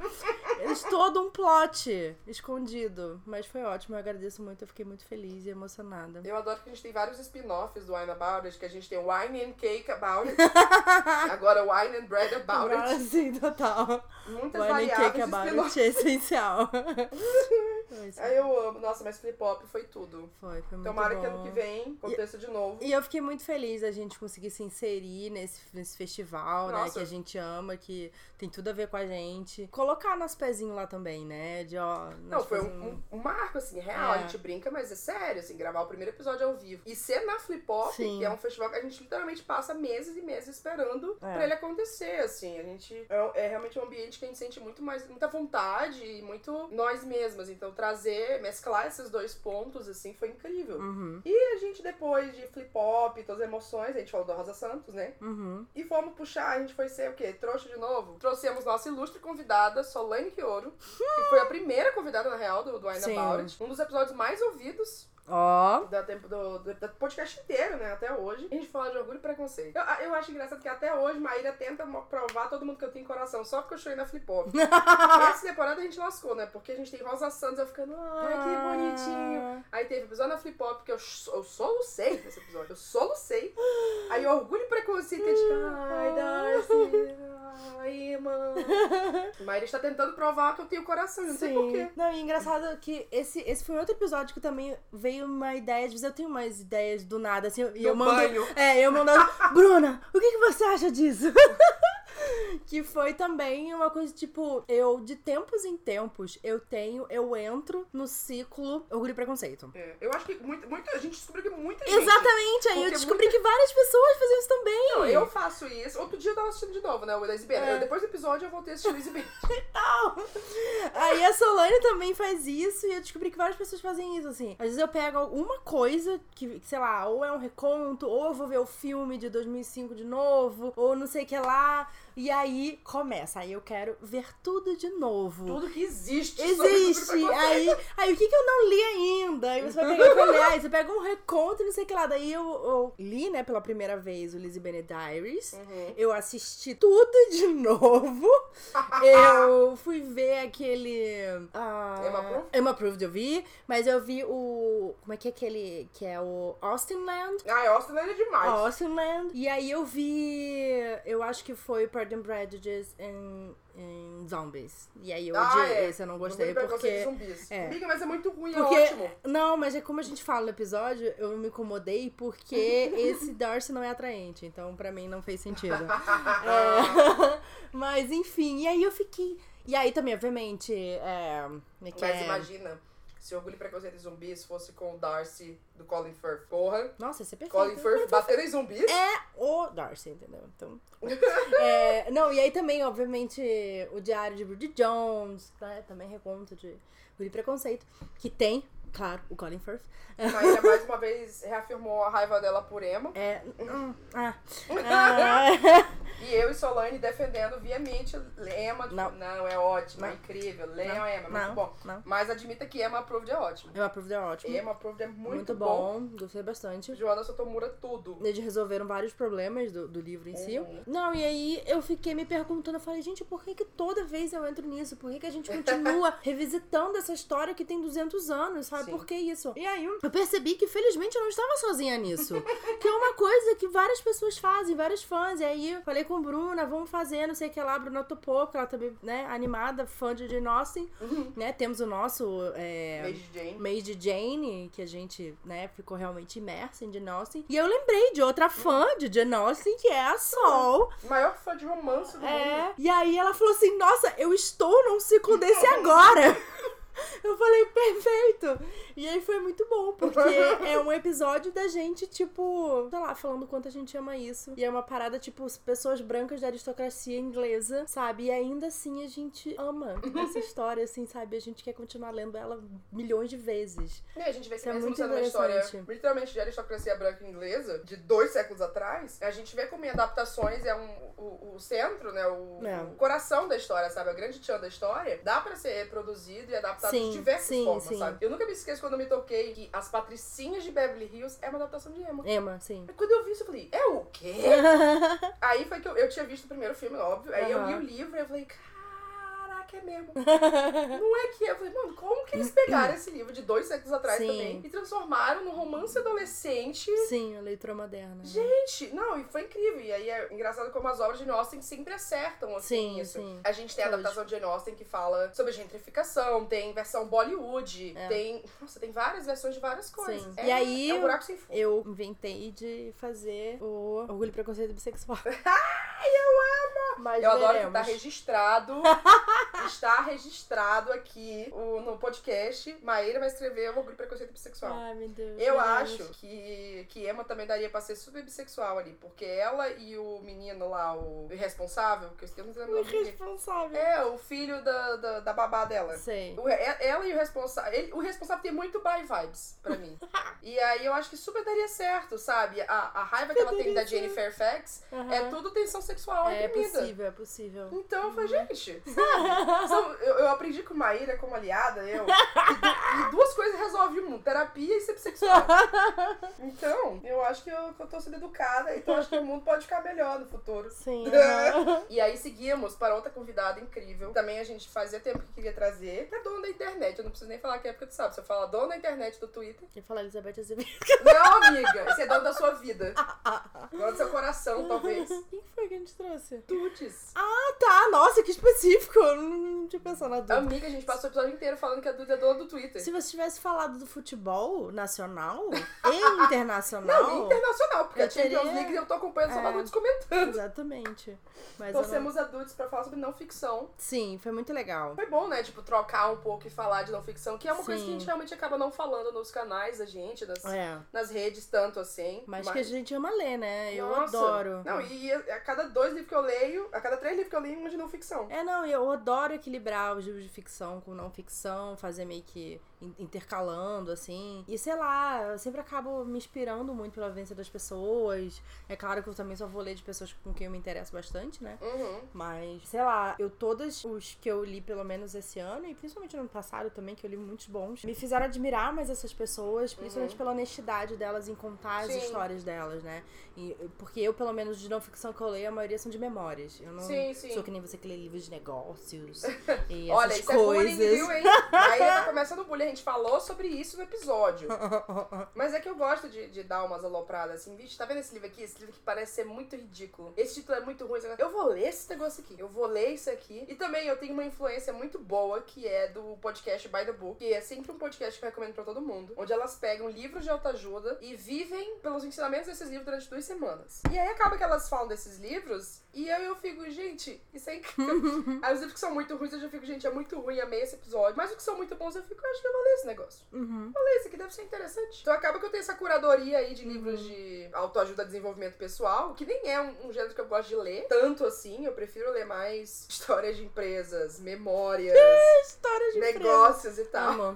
[SPEAKER 2] Eles- Todo um plot escondido. Mas foi ótimo, eu agradeço muito, eu fiquei muito feliz e emocionada.
[SPEAKER 1] Eu adoro que a gente tem vários spin-offs do Wine About It, que a gente tem Wine and Cake About It, agora Wine and Bread About It.
[SPEAKER 2] Sim, total.
[SPEAKER 1] Muitas
[SPEAKER 2] Wine and
[SPEAKER 1] variáveis
[SPEAKER 2] cake
[SPEAKER 1] de spin-off.
[SPEAKER 2] about it é essencial. Mas
[SPEAKER 1] Aí eu amo, nossa, mas flip hop foi tudo.
[SPEAKER 2] foi, foi muito
[SPEAKER 1] Tomara
[SPEAKER 2] bom.
[SPEAKER 1] que ano que vem aconteça de novo.
[SPEAKER 2] E eu fiquei muito feliz a gente conseguir se inserir nesse, nesse festival, né?
[SPEAKER 1] Nossa.
[SPEAKER 2] Que a gente ama, que tem tudo a ver com a gente. Colocar nosso pezinhos lá também, né? De ó.
[SPEAKER 1] Não,
[SPEAKER 2] nós
[SPEAKER 1] foi
[SPEAKER 2] fazemos-
[SPEAKER 1] um, um- um marco, assim, real.
[SPEAKER 2] É.
[SPEAKER 1] A gente brinca, mas é sério, assim, gravar o primeiro episódio ao vivo. E ser na Flip Hop,
[SPEAKER 2] Sim.
[SPEAKER 1] que é um festival que a gente literalmente passa meses e meses esperando
[SPEAKER 2] É.
[SPEAKER 1] pra ele acontecer, assim. A gente é, é realmente um ambiente que a gente sente muito mais, muita vontade e muito nós mesmas. Então, trazer, mesclar esses dois pontos, assim, foi incrível.
[SPEAKER 2] Uhum.
[SPEAKER 1] E a gente, depois de Flip Hop, todas as emoções, a gente falou da Rosa Santos, né?
[SPEAKER 2] Uhum.
[SPEAKER 1] E fomos puxar, a gente foi ser o quê? Trouxa de novo? Trouxemos nossa ilustre convidada, Solane Quioro, que foi a primeira convidada, na real, do, do Wine
[SPEAKER 2] Sim.
[SPEAKER 1] About It. Um dos episódios mais ouvidos
[SPEAKER 2] Ó.
[SPEAKER 1] da tempo do, do- do podcast inteiro, né? Até hoje. A gente fala de orgulho e preconceito. Eu, eu acho engraçado que até hoje Maíra tenta mo- provar todo mundo que eu tenho coração, só porque eu chorei na Flip Hop. Essa temporada a gente lascou, né? Porque a gente tem Rosa Santos, eu ficando, ai, que bonitinho.
[SPEAKER 2] Ah.
[SPEAKER 1] Aí teve o episódio na Flip Hop que eu, so- eu solucei nesse episódio. Eu solucei. Aí orgulho e preconceito. eu Tipo, ai, Darcy. Ai, mano. Mas ele está tentando provar que eu tenho coração. Eu Não sei porquê.
[SPEAKER 2] Não, e engraçado que esse, esse foi outro episódio que também veio uma ideia. Às vezes eu tenho umas ideias do nada, assim, e eu
[SPEAKER 1] Do
[SPEAKER 2] mando.
[SPEAKER 1] banho.
[SPEAKER 2] É, eu mandando. Bruna, o que, que você acha disso? que foi também uma coisa tipo, eu de tempos em tempos, eu tenho, eu entro no ciclo orgulho e preconceito.
[SPEAKER 1] É, eu acho que muito, muito, a gente descobriu que muita gente.
[SPEAKER 2] Exatamente, aí eu
[SPEAKER 1] porque
[SPEAKER 2] descobri que várias pessoas faziam isso também.
[SPEAKER 1] Não, eu faço isso. Outro dia eu tava assistindo de novo, né? O Elizabeth.
[SPEAKER 2] É.
[SPEAKER 1] Depois do episódio eu voltei a assistir o Elizabeth.
[SPEAKER 2] Aí a Solane também faz isso e eu descobri que várias pessoas fazem isso, assim. Às vezes eu pego alguma coisa que, sei lá, ou é um reconto, ou eu vou ver o filme de 2005 de novo, ou não sei o que lá. E aí começa, aí eu quero ver tudo de novo.
[SPEAKER 1] Tudo que existe. sobre orgulho e
[SPEAKER 2] Existe!
[SPEAKER 1] preconceito.
[SPEAKER 2] Aí, aí o que, que eu não li ainda? Aí você vai pegar pra ler, aí você pega um reconto e não sei o que lá. Daí eu, eu li, né, pela primeira vez o Lizzie Bennet Diaries.
[SPEAKER 1] Uhum.
[SPEAKER 2] Eu assisti tudo de novo. Eu fui ver aquele. ah,
[SPEAKER 1] Emma Proof?
[SPEAKER 2] Emma Proof eu vi, mas eu vi o. Como é que é aquele? Que é o Austin Land.
[SPEAKER 1] Ai, Austin ele é demais.
[SPEAKER 2] Austin Land. E aí eu vi. Eu acho que foi Pardon Prejudice em, em Zombies. E aí eu
[SPEAKER 1] Ah,
[SPEAKER 2] odiei.
[SPEAKER 1] é.
[SPEAKER 2] Esse eu não
[SPEAKER 1] Orgulho
[SPEAKER 2] gostei
[SPEAKER 1] e preconceito e
[SPEAKER 2] porque.
[SPEAKER 1] Zumbis.
[SPEAKER 2] é.
[SPEAKER 1] Amiga, mas é muito ruim,
[SPEAKER 2] Porque-
[SPEAKER 1] é ótimo.
[SPEAKER 2] Não, mas é como a gente fala no episódio, eu me incomodei porque esse Darcy não é atraente. Então, pra mim, não fez sentido. É, mas enfim, e aí eu fiquei. E aí também, obviamente, é. como é que
[SPEAKER 1] Mas
[SPEAKER 2] é?
[SPEAKER 1] imagina se Orgulho e Preconceito e Zumbis fosse com o Darcy do Colin Firth. Porra,
[SPEAKER 2] Nossa, esse é perfeito. É.
[SPEAKER 1] Colin Firth batendo em zumbis?
[SPEAKER 2] O Darcy, entendeu? Então. é, não, e aí também, obviamente, o Diário de Bridget Jones, né? Também reconto de Guri Preconceito, que tem, claro, o Colin Firth.
[SPEAKER 1] Maíra mais uma vez reafirmou a raiva dela por Emma.
[SPEAKER 2] É. hum, ah, ah,
[SPEAKER 1] E eu e Solane defendendo veemente Emma. Tipo,
[SPEAKER 2] Não.
[SPEAKER 1] não. é ótimo, é
[SPEAKER 2] Não.
[SPEAKER 1] incrível. Leiam Emma, é
[SPEAKER 2] não,
[SPEAKER 1] muito bom.
[SPEAKER 2] não.
[SPEAKER 1] Mas admita que Emma Approved é ótimo.
[SPEAKER 2] Eu aprovo, é ótimo.
[SPEAKER 1] Emma Approved é muito, bom.
[SPEAKER 2] bom, gostei bastante.
[SPEAKER 1] Joana Sotomura, tudo.
[SPEAKER 2] Eles resolveram vários problemas do, do livro em si.
[SPEAKER 1] Uhum.
[SPEAKER 2] Não, e aí eu fiquei me perguntando, eu falei, gente, por que, que toda vez eu entro nisso? Por que, que a gente continua revisitando essa história que tem 200 anos, sabe?
[SPEAKER 1] Sim.
[SPEAKER 2] Por que isso? E aí eu percebi que, felizmente, eu não estava sozinha nisso. Porque é uma coisa que várias pessoas fazem, vários fãs. E aí eu falei com Bruna, vamos fazer, não sei o que lá. Bruna topou, porque ela também, né, animada, fã de Jane Austen. Né, temos o nosso é,
[SPEAKER 1] Beijo, Jane.
[SPEAKER 2] Made Jane, que a gente, né, ficou realmente imersa em Jane Austen. E eu lembrei de outra fã de Jane Austen, que é a Sol.
[SPEAKER 1] Maior fã de romance do mundo.
[SPEAKER 2] É. E aí ela falou assim: Nossa, eu estou num ciclo desse agora. Eu falei, perfeito! E aí foi muito bom, porque é um episódio da gente, tipo, sei lá, falando quanto a gente ama isso. E é uma parada, tipo, pessoas brancas da aristocracia inglesa, sabe? E ainda assim a gente ama essa história, assim, sabe? A gente quer continuar lendo ela milhões de vezes.
[SPEAKER 1] E Né, a gente vê que
[SPEAKER 2] Isso é
[SPEAKER 1] mesmo
[SPEAKER 2] muito
[SPEAKER 1] sendo uma história
[SPEAKER 2] interessante.
[SPEAKER 1] literalmente de aristocracia branca inglesa, de dois séculos atrás, a gente vê como em adaptações é um, o, o centro, né? O,
[SPEAKER 2] É.
[SPEAKER 1] o coração da história, sabe? A grande tchan da história. Dá pra ser produzido e adaptado
[SPEAKER 2] Sim,
[SPEAKER 1] de diversas
[SPEAKER 2] sim,
[SPEAKER 1] formas,
[SPEAKER 2] sim.
[SPEAKER 1] sabe? Eu nunca me esqueço quando eu me toquei que As Patricinhas de Beverly Hills é uma adaptação de Emma.
[SPEAKER 2] Emma, sim.
[SPEAKER 1] Quando eu vi isso, eu falei, é o quê? Aí foi que eu, eu tinha visto o primeiro filme, óbvio. Aí eu
[SPEAKER 2] Aham.
[SPEAKER 1] li o livro e eu falei, caraca, é mesmo. Não é que é. Eu falei, mano, como que eles pegaram esse livro de dois séculos atrás
[SPEAKER 2] Hum. Sim.
[SPEAKER 1] também e transformaram num romance adolescente?
[SPEAKER 2] sim, a leitura moderna. né?
[SPEAKER 1] Gente, não, e foi incrível. E aí é engraçado como as obras de Jane Austen sempre acertam, assim,
[SPEAKER 2] Sim,
[SPEAKER 1] isso.
[SPEAKER 2] sim.
[SPEAKER 1] A gente tem a
[SPEAKER 2] Hoje.
[SPEAKER 1] adaptação de Jane Austen que fala sobre gentrificação, tem versão Bollywood,
[SPEAKER 2] É.
[SPEAKER 1] tem... Nossa, tem várias versões de várias coisas.
[SPEAKER 2] Sim.
[SPEAKER 1] É,
[SPEAKER 2] E aí-
[SPEAKER 1] É um buraco sem fundo.
[SPEAKER 2] Eu inventei de fazer o Orgulho e Preconceito Bissexual. Ai, eu amo! Mas
[SPEAKER 1] Eu adoro que
[SPEAKER 2] veremos.
[SPEAKER 1] tá registrado. está registrado aqui o- no podcast. Maíra vai escrever o orgulho e preconceito bissexual.
[SPEAKER 2] Ai, meu Deus.
[SPEAKER 1] Eu
[SPEAKER 2] veremos.
[SPEAKER 1] acho que, que Emma também daria pra ser super bissexual ali, porque ela e o menino lá, o irresponsável, que eu esqueci o nome dele.
[SPEAKER 2] Irresponsável.
[SPEAKER 1] É, o filho da, da, da babá dela.
[SPEAKER 2] Sei.
[SPEAKER 1] O- é- ela e o responsável. ele- o responsável tem muito bad vibes pra mim. e aí eu acho que super daria certo, sabe? A, a raiva que ela tem da Jane Fairfax é tudo tensão sexual
[SPEAKER 2] É
[SPEAKER 1] reprimida.
[SPEAKER 2] possível, é possível.
[SPEAKER 1] Então eu falei, gente, sabe? São- eu, eu aprendi com Maíra como aliada, eu. E, du- e duas coisas resolve um: terapia e ser bissexual. Então, eu acho que eu, que eu tô sendo educada, então acho que o mundo pode ficar melhor no futuro.
[SPEAKER 2] Sim. aham.
[SPEAKER 1] E aí seguimos para outra convidada incrível. Também a gente fazia tempo que queria trazer. É dona da internet, eu não preciso nem falar que é porque tu sabe. Se eu falar dona da internet do Twitter.
[SPEAKER 2] Eu falo Elizabeth Azevedo.
[SPEAKER 1] Não, amiga, você é dona da sua vida. Dona do seu coração, Então, talvez.
[SPEAKER 2] Quem que foi que a gente trouxe?
[SPEAKER 1] Tudes.
[SPEAKER 2] Ah, tá. Nossa, que específico. Eu não, não tinha pensado na Duda.
[SPEAKER 1] Amiga, a gente passou o episódio inteiro falando que a Duda é dona do Twitter.
[SPEAKER 2] Se você tivesse falado do futebol nacional e internacional.
[SPEAKER 1] Não, internacional, porque
[SPEAKER 2] Eu
[SPEAKER 1] a Champions
[SPEAKER 2] teria-
[SPEAKER 1] League eu tô acompanhando só
[SPEAKER 2] É.
[SPEAKER 1] adultos comentando.
[SPEAKER 2] Exatamente. Mas eu não-
[SPEAKER 1] Torcemos adultos pra falar sobre não ficção.
[SPEAKER 2] Sim, foi muito legal.
[SPEAKER 1] Foi bom, né? Tipo, trocar um pouco e falar de não ficção, que é uma coisa que a
[SPEAKER 2] Sim.
[SPEAKER 1] gente realmente acaba não falando nos canais da gente, nas,
[SPEAKER 2] É.
[SPEAKER 1] nas redes, tanto assim.
[SPEAKER 2] Mas que a gente ama ler, né? Eu
[SPEAKER 1] Nossa.
[SPEAKER 2] adoro.
[SPEAKER 1] Não, e a, a cada dois livros que eu leio, a cada três livros que eu leio, um é de não ficção.
[SPEAKER 2] É, não, eu adoro equilibrar os livros de ficção com não ficção, fazer meio que in- intercalando, assim. E sei lá, eu sempre acabo me inspirando muito pela vivência das pessoas. É claro que eu também só vou ler de pessoas com quem eu me interesso bastante, né?
[SPEAKER 1] Uhum.
[SPEAKER 2] Mas, sei lá, eu todas os que eu li, pelo menos esse ano, e principalmente no ano passado também, que eu li muitos bons, me fizeram admirar mais essas pessoas, principalmente
[SPEAKER 1] Uhum.
[SPEAKER 2] pela honestidade delas em contar
[SPEAKER 1] Sim.
[SPEAKER 2] as histórias delas, né? E, porque eu, pelo menos, de não ficção que eu leio, a maioria são de memórias. Eu não
[SPEAKER 1] Sim, sim.
[SPEAKER 2] sou que nem você que lê livros de negócios e
[SPEAKER 1] Olha,
[SPEAKER 2] essas
[SPEAKER 1] isso é
[SPEAKER 2] coisas.
[SPEAKER 1] bullying, viu, hein? Aí tá começando o bullying, a gente falou sobre isso no episódio. Mas é que eu gosto de, de dar umas alopradas assim, bicho, tá vendo esse livro aqui? Esse livro que parece ser muito ridículo. Esse título é muito ruim. esse negócio- Eu vou ler esse negócio aqui. Eu vou ler isso aqui. E também eu tenho uma influência muito boa que é do podcast By the Book, que é sempre um podcast que eu recomendo pra todo mundo, onde elas pegam livros de autoajuda e vivem pelos ensinamentos desses livros durante duas semanas. E aí acaba que elas falam desses livros e eu, eu fico, gente, isso é incrível. aí os livros que são muito ruins eu já fico, gente, é muito ruim, amei esse episódio. Mas os que são muito bons eu fico, acho que eu vou ler esse negócio
[SPEAKER 2] Uhum.
[SPEAKER 1] isso aqui deve ser interessante. Então acaba que eu tenho essa curadoria aí de livros de autoajuda e desenvolvimento pessoal, que nem é um, um gênero que eu gosto de ler tanto assim. Eu prefiro ler mais histórias de empresas, memórias,
[SPEAKER 2] Histórias de
[SPEAKER 1] negócios e tal.
[SPEAKER 2] Amor.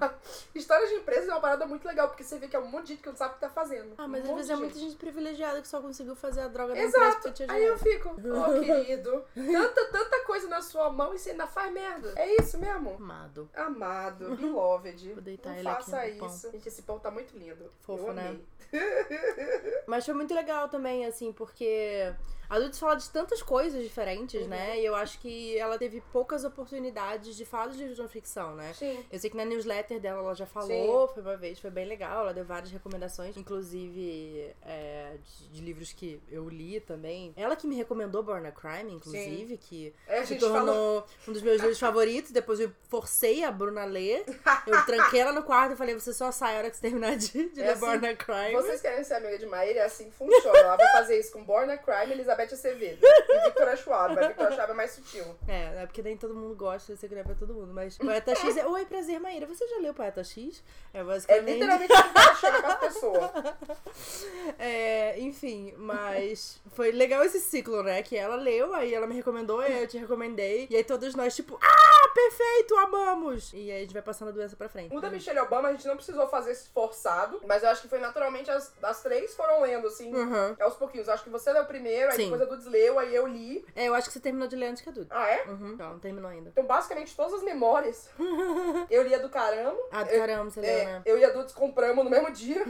[SPEAKER 1] Histórias de empresas é uma parada muito legal, porque você vê que é um monte de gente que não sabe o que tá fazendo.
[SPEAKER 2] Ah, mas
[SPEAKER 1] um
[SPEAKER 2] às
[SPEAKER 1] monte
[SPEAKER 2] vezes
[SPEAKER 1] de
[SPEAKER 2] é muita gente privilegiada que só conseguiu fazer a droga da
[SPEAKER 1] Exato.
[SPEAKER 2] empresa pra te
[SPEAKER 1] Aí eu
[SPEAKER 2] ajudar.
[SPEAKER 1] fico, ó querido, tanta, tanta coisa na sua mão e você ainda faz merda. É isso mesmo?
[SPEAKER 2] Amado.
[SPEAKER 1] Amado, beloved.
[SPEAKER 2] Vou deitar
[SPEAKER 1] não
[SPEAKER 2] ele aqui
[SPEAKER 1] faça
[SPEAKER 2] no pão.
[SPEAKER 1] isso. Gente, esse pão tá muito lindo.
[SPEAKER 2] Fofo,
[SPEAKER 1] eu
[SPEAKER 2] né?
[SPEAKER 1] amei.
[SPEAKER 2] Mas foi muito legal também, assim, porque Adultos fala de tantas coisas diferentes,
[SPEAKER 1] Uhum.
[SPEAKER 2] né? E eu acho que ela teve poucas oportunidades de falar dos livros de não ficção, né?
[SPEAKER 1] Sim.
[SPEAKER 2] Eu sei que na newsletter dela ela já falou, foi uma vez, foi bem legal, ela deu várias recomendações, inclusive é, de, de livros que eu li também. Ela que me recomendou Born a Crime, inclusive, que
[SPEAKER 1] É, a
[SPEAKER 2] se
[SPEAKER 1] gente falou.
[SPEAKER 2] tornou um dos meus livros favoritos. Depois eu forcei a Bruna a ler. Eu tranquei ela no quarto e falei: você só sai a hora que você terminar de, de
[SPEAKER 1] É
[SPEAKER 2] ler
[SPEAKER 1] assim,
[SPEAKER 2] Born a Crime.
[SPEAKER 1] Vocês querem ser amiga de Maíra? É assim que funciona. Ela vai fazer isso com Borna Crime, Elizabeth Acevedo e Victoria Schwab. mas Victoria Schwab é mais sutil.
[SPEAKER 2] É, é porque nem todo mundo gosta, você queria pra todo mundo. Mas Poeta X é. Oi, prazer, Maíra. Você já leu Poeta X? É
[SPEAKER 1] É
[SPEAKER 2] basicamente.
[SPEAKER 1] literalmente o que chega pra pessoa.
[SPEAKER 2] É, enfim, mas foi legal esse ciclo, né? Que ela leu, aí ela me recomendou, aí eu te recomendei. E aí todos nós, tipo, ah, perfeito, amamos! E aí a gente vai passando a doença pra frente.
[SPEAKER 1] O da Michelle Obama, a gente não precisou fazer esse forçado, mas eu acho que foi naturalmente as, as três foram lendo, assim,
[SPEAKER 2] Uhum.
[SPEAKER 1] aos pouquinhos. Acho que você leu primeiro, aí
[SPEAKER 2] Sim.
[SPEAKER 1] depois a Dudes leu, aí eu li.
[SPEAKER 2] É, eu acho que você terminou de ler antes que a Duda.
[SPEAKER 1] Ah, é?
[SPEAKER 2] Uhum. Não, não terminou ainda.
[SPEAKER 1] Então, basicamente, todas as memórias eu li a do caramba.
[SPEAKER 2] Ah, do
[SPEAKER 1] Eu-
[SPEAKER 2] caramba, você leu,
[SPEAKER 1] É,
[SPEAKER 2] né?
[SPEAKER 1] eu e a Dudes compramos no mesmo dia.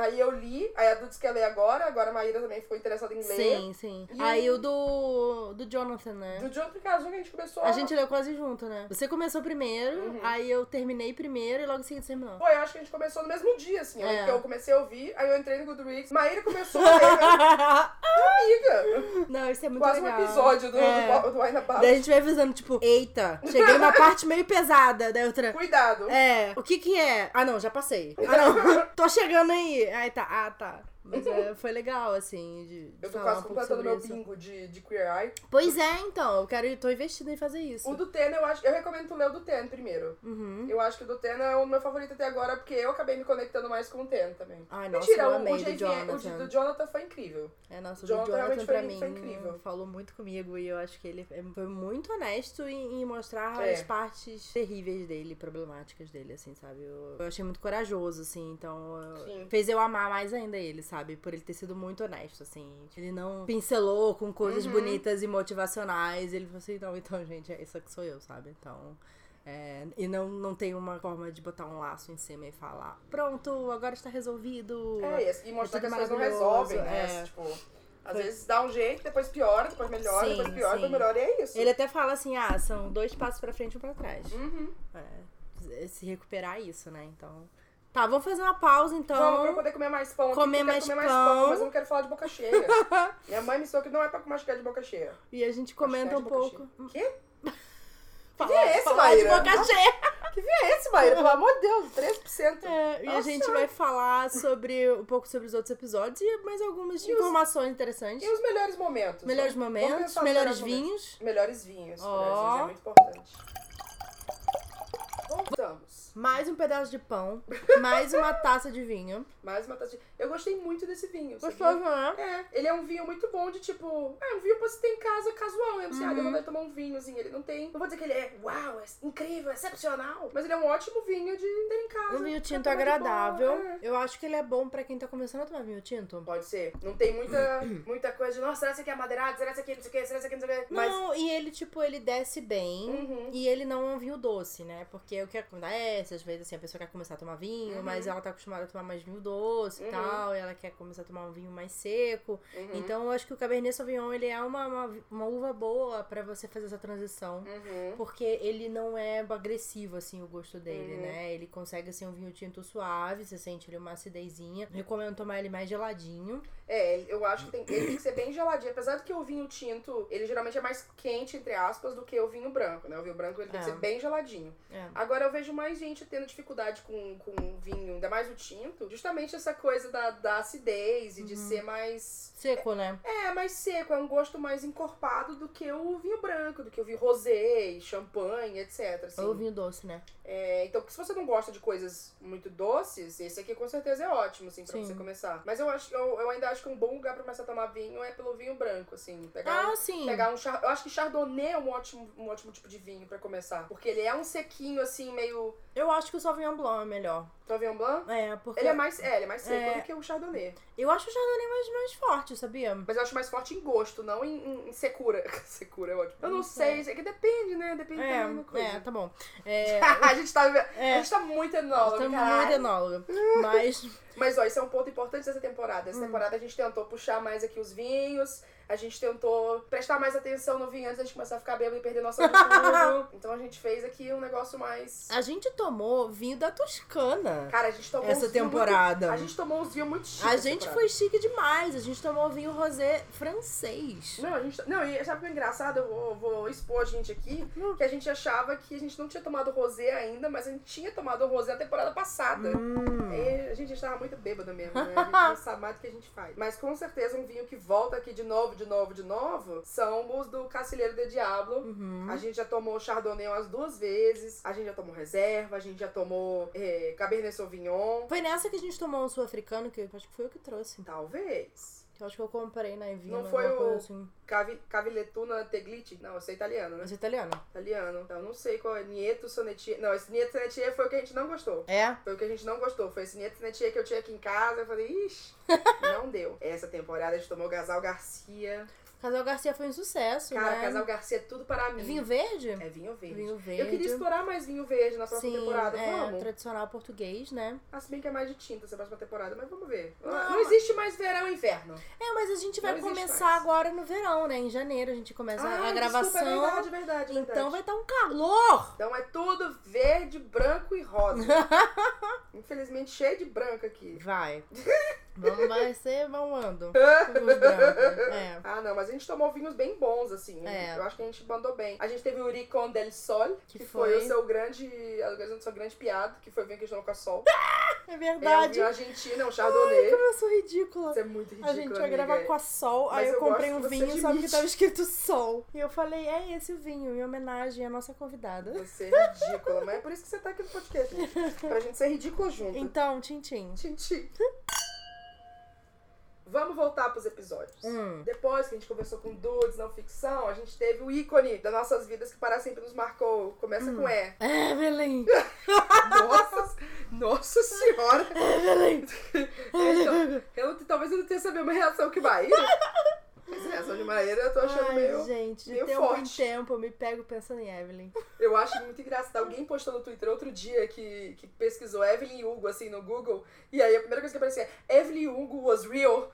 [SPEAKER 1] aí eu li, aí a Dudes quer ler agora, agora a Maíra também ficou interessada em ler.
[SPEAKER 2] Sim, sim.
[SPEAKER 1] E-
[SPEAKER 2] Aí o do. do Jonathan, né?
[SPEAKER 1] Do John Picasso que a gente começou.
[SPEAKER 2] A gente leu quase junto, né? Você começou primeiro,
[SPEAKER 1] Uhum.
[SPEAKER 2] aí eu terminei primeiro e logo em seguida você terminou.
[SPEAKER 1] Pô, eu acho que a gente começou no mesmo dia, assim.
[SPEAKER 2] É.
[SPEAKER 1] Porque eu comecei a ouvir, aí eu entrei no Goodreads. Maíra começou a ler, eu, amiga.
[SPEAKER 2] Não, isso é muito
[SPEAKER 1] Quase um
[SPEAKER 2] legal.
[SPEAKER 1] episódio do,
[SPEAKER 2] É.
[SPEAKER 1] do, do Aina Barros.
[SPEAKER 2] Daí a gente vai avisando, tipo, eita, cheguei na parte meio pesada. Daí outra,
[SPEAKER 1] Cuidado.
[SPEAKER 2] é, o que que é? Ah, não, já passei. Ah, não, tô chegando aí. Aí tá, ah, tá. Mas é, foi legal, assim, de, de
[SPEAKER 1] Eu tô
[SPEAKER 2] falar
[SPEAKER 1] quase
[SPEAKER 2] um pouco
[SPEAKER 1] completando
[SPEAKER 2] sobre
[SPEAKER 1] meu
[SPEAKER 2] isso.
[SPEAKER 1] bingo de, de Queer Eye.
[SPEAKER 2] Pois é, então, eu quero, eu tô investida em fazer
[SPEAKER 1] O
[SPEAKER 2] isso.
[SPEAKER 1] do Tena, eu acho. Eu recomendo tu ler o do Tena primeiro.
[SPEAKER 2] Uhum.
[SPEAKER 1] Eu acho que o do Tena é o meu favorito até agora, porque eu acabei me conectando mais com o Tena também.
[SPEAKER 2] Ai, nossa,
[SPEAKER 1] Mentira,
[SPEAKER 2] eu
[SPEAKER 1] o-
[SPEAKER 2] amei
[SPEAKER 1] o, JVN
[SPEAKER 2] do
[SPEAKER 1] o de-
[SPEAKER 2] Jonathan.
[SPEAKER 1] do Jonathan foi incrível.
[SPEAKER 2] É, nossa, o
[SPEAKER 1] Jonathan
[SPEAKER 2] Jonathan,
[SPEAKER 1] realmente
[SPEAKER 2] Jonathan pra
[SPEAKER 1] foi-
[SPEAKER 2] mim
[SPEAKER 1] foi incrível.
[SPEAKER 2] falou muito comigo e eu acho que ele é- foi muito honesto em, em mostrar
[SPEAKER 1] É.
[SPEAKER 2] as partes terríveis dele, problemáticas dele, assim, sabe? Eu, eu achei muito corajoso, assim, então eu-
[SPEAKER 1] Sim.
[SPEAKER 2] fez eu amar mais ainda ele, sabe? Por ele ter sido muito honesto, assim. Ele não pincelou com coisas
[SPEAKER 1] Uhum.
[SPEAKER 2] bonitas e motivacionais, ele falou assim, não, então, gente, é isso que sou eu, sabe? Então... é, e não, não tem uma forma de botar um laço em cima e falar, pronto, agora está resolvido.
[SPEAKER 1] É, e- e mostrar
[SPEAKER 2] É
[SPEAKER 1] que
[SPEAKER 2] tudo
[SPEAKER 1] as coisas não
[SPEAKER 2] maravilhoso,
[SPEAKER 1] resolvem, né?
[SPEAKER 2] é.
[SPEAKER 1] Tipo, às
[SPEAKER 2] Foi-
[SPEAKER 1] vezes dá um jeito, depois piora, depois melhora,
[SPEAKER 2] Sim,
[SPEAKER 1] depois piora,
[SPEAKER 2] sim.
[SPEAKER 1] depois melhora, e é isso.
[SPEAKER 2] Ele até fala assim, ah, são dois passos pra frente e um pra trás.
[SPEAKER 1] Uhum.
[SPEAKER 2] É, se recuperar isso, né? Então. Tá, vamos fazer uma pausa então.
[SPEAKER 1] Vamos pra eu poder comer mais pão aqui,
[SPEAKER 2] Comer
[SPEAKER 1] porque eu quero
[SPEAKER 2] mais
[SPEAKER 1] comer mais
[SPEAKER 2] pão.
[SPEAKER 1] pão, mas eu não quero falar de boca cheia. Minha mãe me ensinou que não é pra machucar de boca cheia.
[SPEAKER 2] E a gente comenta um
[SPEAKER 1] Hashtag boca
[SPEAKER 2] pouco.
[SPEAKER 1] Quê?
[SPEAKER 2] Fala,
[SPEAKER 1] é esse,
[SPEAKER 2] fala de
[SPEAKER 1] Maíra?
[SPEAKER 2] boca cheia.
[SPEAKER 1] Que via é esse, Maíra? Pelo amor de Deus, 3%.
[SPEAKER 2] É, e a
[SPEAKER 1] Nossa.
[SPEAKER 2] gente vai falar sobre um pouco sobre os outros episódios e mais algumas informações interessantes.
[SPEAKER 1] E os melhores momentos? né?
[SPEAKER 2] Melhores
[SPEAKER 1] Vamos
[SPEAKER 2] momentos,
[SPEAKER 1] pensar nos
[SPEAKER 2] melhores
[SPEAKER 1] momentos.
[SPEAKER 2] vinhos.
[SPEAKER 1] Melhores vinhos.
[SPEAKER 2] Ó.
[SPEAKER 1] Melhores vinhos é muito importante. Voltamos.
[SPEAKER 2] Mais um pedaço de pão, mais uma taça de vinho.
[SPEAKER 1] Mais uma taça de... Eu gostei muito desse vinho. sabia?
[SPEAKER 2] Gostoso, né?
[SPEAKER 1] É, ele é um vinho muito bom de tipo. É um vinho pra você ter em casa casual mesmo. Assim, ah,
[SPEAKER 2] Uhum.
[SPEAKER 1] eu vou dar tomar um vinho, assim. Ele não tem. Não vou dizer que ele é uau, é incrível, é excepcional. Mas ele é um ótimo vinho de ter em casa.
[SPEAKER 2] Um vinho
[SPEAKER 1] pra
[SPEAKER 2] tinto
[SPEAKER 1] tomar de boa,
[SPEAKER 2] agradável.
[SPEAKER 1] é.
[SPEAKER 2] Eu acho que ele é bom pra quem tá começando a tomar vinho tinto.
[SPEAKER 1] Pode ser. Não tem muita, muita coisa de, nossa, será que isso aqui é madeirado? Será que isso aqui é não sei o quê? Será que isso aqui é não sei o quê? Mas.
[SPEAKER 2] Não, e ele, tipo, ele desce bem.
[SPEAKER 1] Uhum.
[SPEAKER 2] E ele não é um vinho doce, né? Porque o que acontece, às vezes, assim, a pessoa quer começar a tomar vinho,
[SPEAKER 1] Uhum.
[SPEAKER 2] mas ela tá acostumada a tomar mais vinho doce
[SPEAKER 1] Uhum.
[SPEAKER 2] e tal, e ela quer começar a tomar um vinho mais seco.
[SPEAKER 1] Uhum.
[SPEAKER 2] Então, eu acho que o Cabernet Sauvignon, ele é uma, uma, uma uva boa pra você fazer essa transição.
[SPEAKER 1] Uhum.
[SPEAKER 2] Porque ele não é agressivo, assim, o gosto dele,
[SPEAKER 1] Uhum.
[SPEAKER 2] né? Ele consegue, assim, um vinho tinto suave, você sente ele uma acidezinha. Recomendo tomar ele mais geladinho.
[SPEAKER 1] É, eu acho que tem, ele tem que ser bem geladinho. Apesar de que o vinho tinto, ele geralmente é mais quente, entre aspas, do que o vinho branco, né? O vinho branco ele tem que
[SPEAKER 2] É.
[SPEAKER 1] ser bem geladinho.
[SPEAKER 2] É.
[SPEAKER 1] Agora eu vejo mais gente tendo dificuldade com, com o vinho, ainda mais o tinto, justamente essa coisa da, da acidez e de
[SPEAKER 2] Uhum.
[SPEAKER 1] ser mais.
[SPEAKER 2] Seco, né?
[SPEAKER 1] É, mais seco, é um gosto mais encorpado do que o vinho branco, do que o vinho rosé, e champanhe, etc. assim.
[SPEAKER 2] Ou vinho doce, né?
[SPEAKER 1] É, então, se você não gosta de coisas muito doces, esse aqui com certeza é ótimo, assim, pra
[SPEAKER 2] Sim.
[SPEAKER 1] você começar. Mas eu acho eu, eu ainda acho que um bom lugar pra começar a tomar vinho é pelo vinho branco, assim. Pegar,
[SPEAKER 2] Ah, sim.
[SPEAKER 1] pegar um char... Eu acho que Chardonnay é um ótimo, um ótimo tipo de vinho pra começar. Porque ele é um sequinho, assim, meio.
[SPEAKER 2] Eu acho que o Sauvignon Blanc é melhor.
[SPEAKER 1] Sauvignon Blanc?
[SPEAKER 2] É, porque.
[SPEAKER 1] Ele é mais, é, ele é mais seco
[SPEAKER 2] É.
[SPEAKER 1] do que o Chardonnay.
[SPEAKER 2] Eu acho o Chardonnay mais, mais forte, sabia?
[SPEAKER 1] Mas eu acho mais forte em gosto, não em, em, em secura. secura é ótimo. Eu não,
[SPEAKER 2] Não
[SPEAKER 1] sei, é que depende, né? Depende
[SPEAKER 2] É,
[SPEAKER 1] também da coisa.
[SPEAKER 2] é, tá bom. É,
[SPEAKER 1] a gente tá, a
[SPEAKER 2] é
[SPEAKER 1] gente tá muito
[SPEAKER 2] nós
[SPEAKER 1] enólogo,
[SPEAKER 2] estamos
[SPEAKER 1] caralho.
[SPEAKER 2] muito enóloga. Mas
[SPEAKER 1] Mas, ó, isso é um ponto importante dessa temporada.
[SPEAKER 2] Hum.
[SPEAKER 1] Essa temporada a gente tentou puxar mais aqui os vinhos, a gente tentou prestar mais atenção no vinho antes da gente começar a ficar bêbado e perder nossa mão tudo. Então a gente fez aqui um negócio mais...
[SPEAKER 2] a gente tomou vinho da Toscana
[SPEAKER 1] Cara, a gente tomou
[SPEAKER 2] essa
[SPEAKER 1] uns vinhos
[SPEAKER 2] temporada.
[SPEAKER 1] muito- A gente tomou uns vinhos muito chiques.
[SPEAKER 2] A
[SPEAKER 1] essa
[SPEAKER 2] gente
[SPEAKER 1] temporada.
[SPEAKER 2] foi chique demais. A gente tomou vinho rosé francês.
[SPEAKER 1] Não, a gente... Não, e sabe o que é engraçado? Eu vou, vou expor a gente aqui.
[SPEAKER 2] Hum.
[SPEAKER 1] Que a gente achava que a gente não tinha tomado rosé ainda, mas a gente tinha tomado rosé na temporada passada.
[SPEAKER 2] Hum.
[SPEAKER 1] E a gente estava muito bêbado mesmo, né? A gente não sabe mais do que a gente faz. Mas com certeza um vinho que volta aqui de novo, de novo, de novo, são os do Cacilheiro de Diablo.
[SPEAKER 2] Uhum.
[SPEAKER 1] A gente já tomou Chardonnay umas duas vezes, a gente já tomou Reserva, a gente já tomou eh, Cabernet Sauvignon.
[SPEAKER 2] Foi nessa que a gente tomou um sul-africano, que eu acho que foi eu que trouxe.
[SPEAKER 1] Talvez.
[SPEAKER 2] Que eu acho que eu comprei na Evina.
[SPEAKER 1] Não foi
[SPEAKER 2] alguma coisa
[SPEAKER 1] o-
[SPEAKER 2] Assim.
[SPEAKER 1] Cavi, Caviletuna Tegliti? Não, esse é italiano, né?
[SPEAKER 2] Mas italiano.
[SPEAKER 1] Italiano. Então, eu não sei qual é. Nieto Sonetier. Não, esse Nieto Sonetier foi o que a gente não gostou.
[SPEAKER 2] É?
[SPEAKER 1] Foi o que a gente não gostou. Foi esse Nieto Sonetier que eu tinha aqui em casa. Eu falei, ixi, não deu. Essa temporada a gente tomou Gasal Garcia.
[SPEAKER 2] Casal Garcia foi um sucesso,
[SPEAKER 1] Cara,
[SPEAKER 2] né?
[SPEAKER 1] Casal Garcia é tudo para mim.
[SPEAKER 2] Vinho verde?
[SPEAKER 1] É vinho verde.
[SPEAKER 2] Vinho verde.
[SPEAKER 1] Eu queria explorar mais vinho verde na próxima
[SPEAKER 2] Sim,
[SPEAKER 1] temporada.
[SPEAKER 2] é,
[SPEAKER 1] Vamos?
[SPEAKER 2] tradicional português, né?
[SPEAKER 1] Ah, se bem que é mais de tinta essa próxima temporada, mas vamos ver.
[SPEAKER 2] Não,
[SPEAKER 1] Não,
[SPEAKER 2] mas-
[SPEAKER 1] existe mais verão e inverno.
[SPEAKER 2] É, mas a gente vai
[SPEAKER 1] Não existe
[SPEAKER 2] começar
[SPEAKER 1] mais.
[SPEAKER 2] agora no verão, né? Em janeiro a gente começa
[SPEAKER 1] Ah,
[SPEAKER 2] a
[SPEAKER 1] desculpa,
[SPEAKER 2] gravação.
[SPEAKER 1] é verdade, verdade, verdade.
[SPEAKER 2] então vai estar um calor!
[SPEAKER 1] Então é tudo verde, branco e rosa. Infelizmente, cheio de branco aqui.
[SPEAKER 2] Vai. Vamos, vai ser mamando. Os brancos. É.
[SPEAKER 1] Ah, não, mas a gente tomou vinhos bem bons, assim.
[SPEAKER 2] É.
[SPEAKER 1] Eu acho que a gente mandou bem. A gente teve o Ricon del Sol, que,
[SPEAKER 2] Que
[SPEAKER 1] foi...
[SPEAKER 2] foi-
[SPEAKER 1] o seu grande. A sua grande piada, que foi o vinho que a gente tomou com a Sol.
[SPEAKER 2] É
[SPEAKER 1] É um
[SPEAKER 2] verdade.
[SPEAKER 1] vinho argentino, é um chardonnay.
[SPEAKER 2] Como eu sou ridícula.
[SPEAKER 1] Isso é muito ridículo.
[SPEAKER 2] A gente ia
[SPEAKER 1] amiga.
[SPEAKER 2] gravar com a Sol,
[SPEAKER 1] Mas
[SPEAKER 2] aí eu,
[SPEAKER 1] eu
[SPEAKER 2] comprei um
[SPEAKER 1] gosto que você
[SPEAKER 2] vinho, só que
[SPEAKER 1] admite.
[SPEAKER 2] tava escrito Sol. E eu falei, é esse o vinho, em homenagem à nossa convidada.
[SPEAKER 1] Você é ridícula, mas é por isso que você tá aqui no podcast. né? Pra gente ser ridícula junto.
[SPEAKER 2] Então, Tintim.
[SPEAKER 1] Tchim, tchim. Vamos voltar pros episódios.
[SPEAKER 2] Hum.
[SPEAKER 1] Depois que a gente conversou com dudes, não ficção, a gente teve o ícone das nossas vidas que para sempre nos marcou. Começa
[SPEAKER 2] Hum.
[SPEAKER 1] com E.
[SPEAKER 2] É, Evelyn!
[SPEAKER 1] Nossa, nossa senhora!
[SPEAKER 2] Evelyn!
[SPEAKER 1] Então, eu, talvez eu não tenha sabido uma reação que vai. Essa reação de maneira eu tô achando
[SPEAKER 2] Ai,
[SPEAKER 1] meio.
[SPEAKER 2] gente, de
[SPEAKER 1] meio
[SPEAKER 2] tempo
[SPEAKER 1] forte.
[SPEAKER 2] em tempo eu me pego pensando em Evelyn.
[SPEAKER 1] Eu acho muito engraçado. Alguém postou no Twitter outro dia que, que pesquisou Evelyn Hugo, assim, no Google. E aí a primeira coisa que aparecia é Evelyn Hugo was real.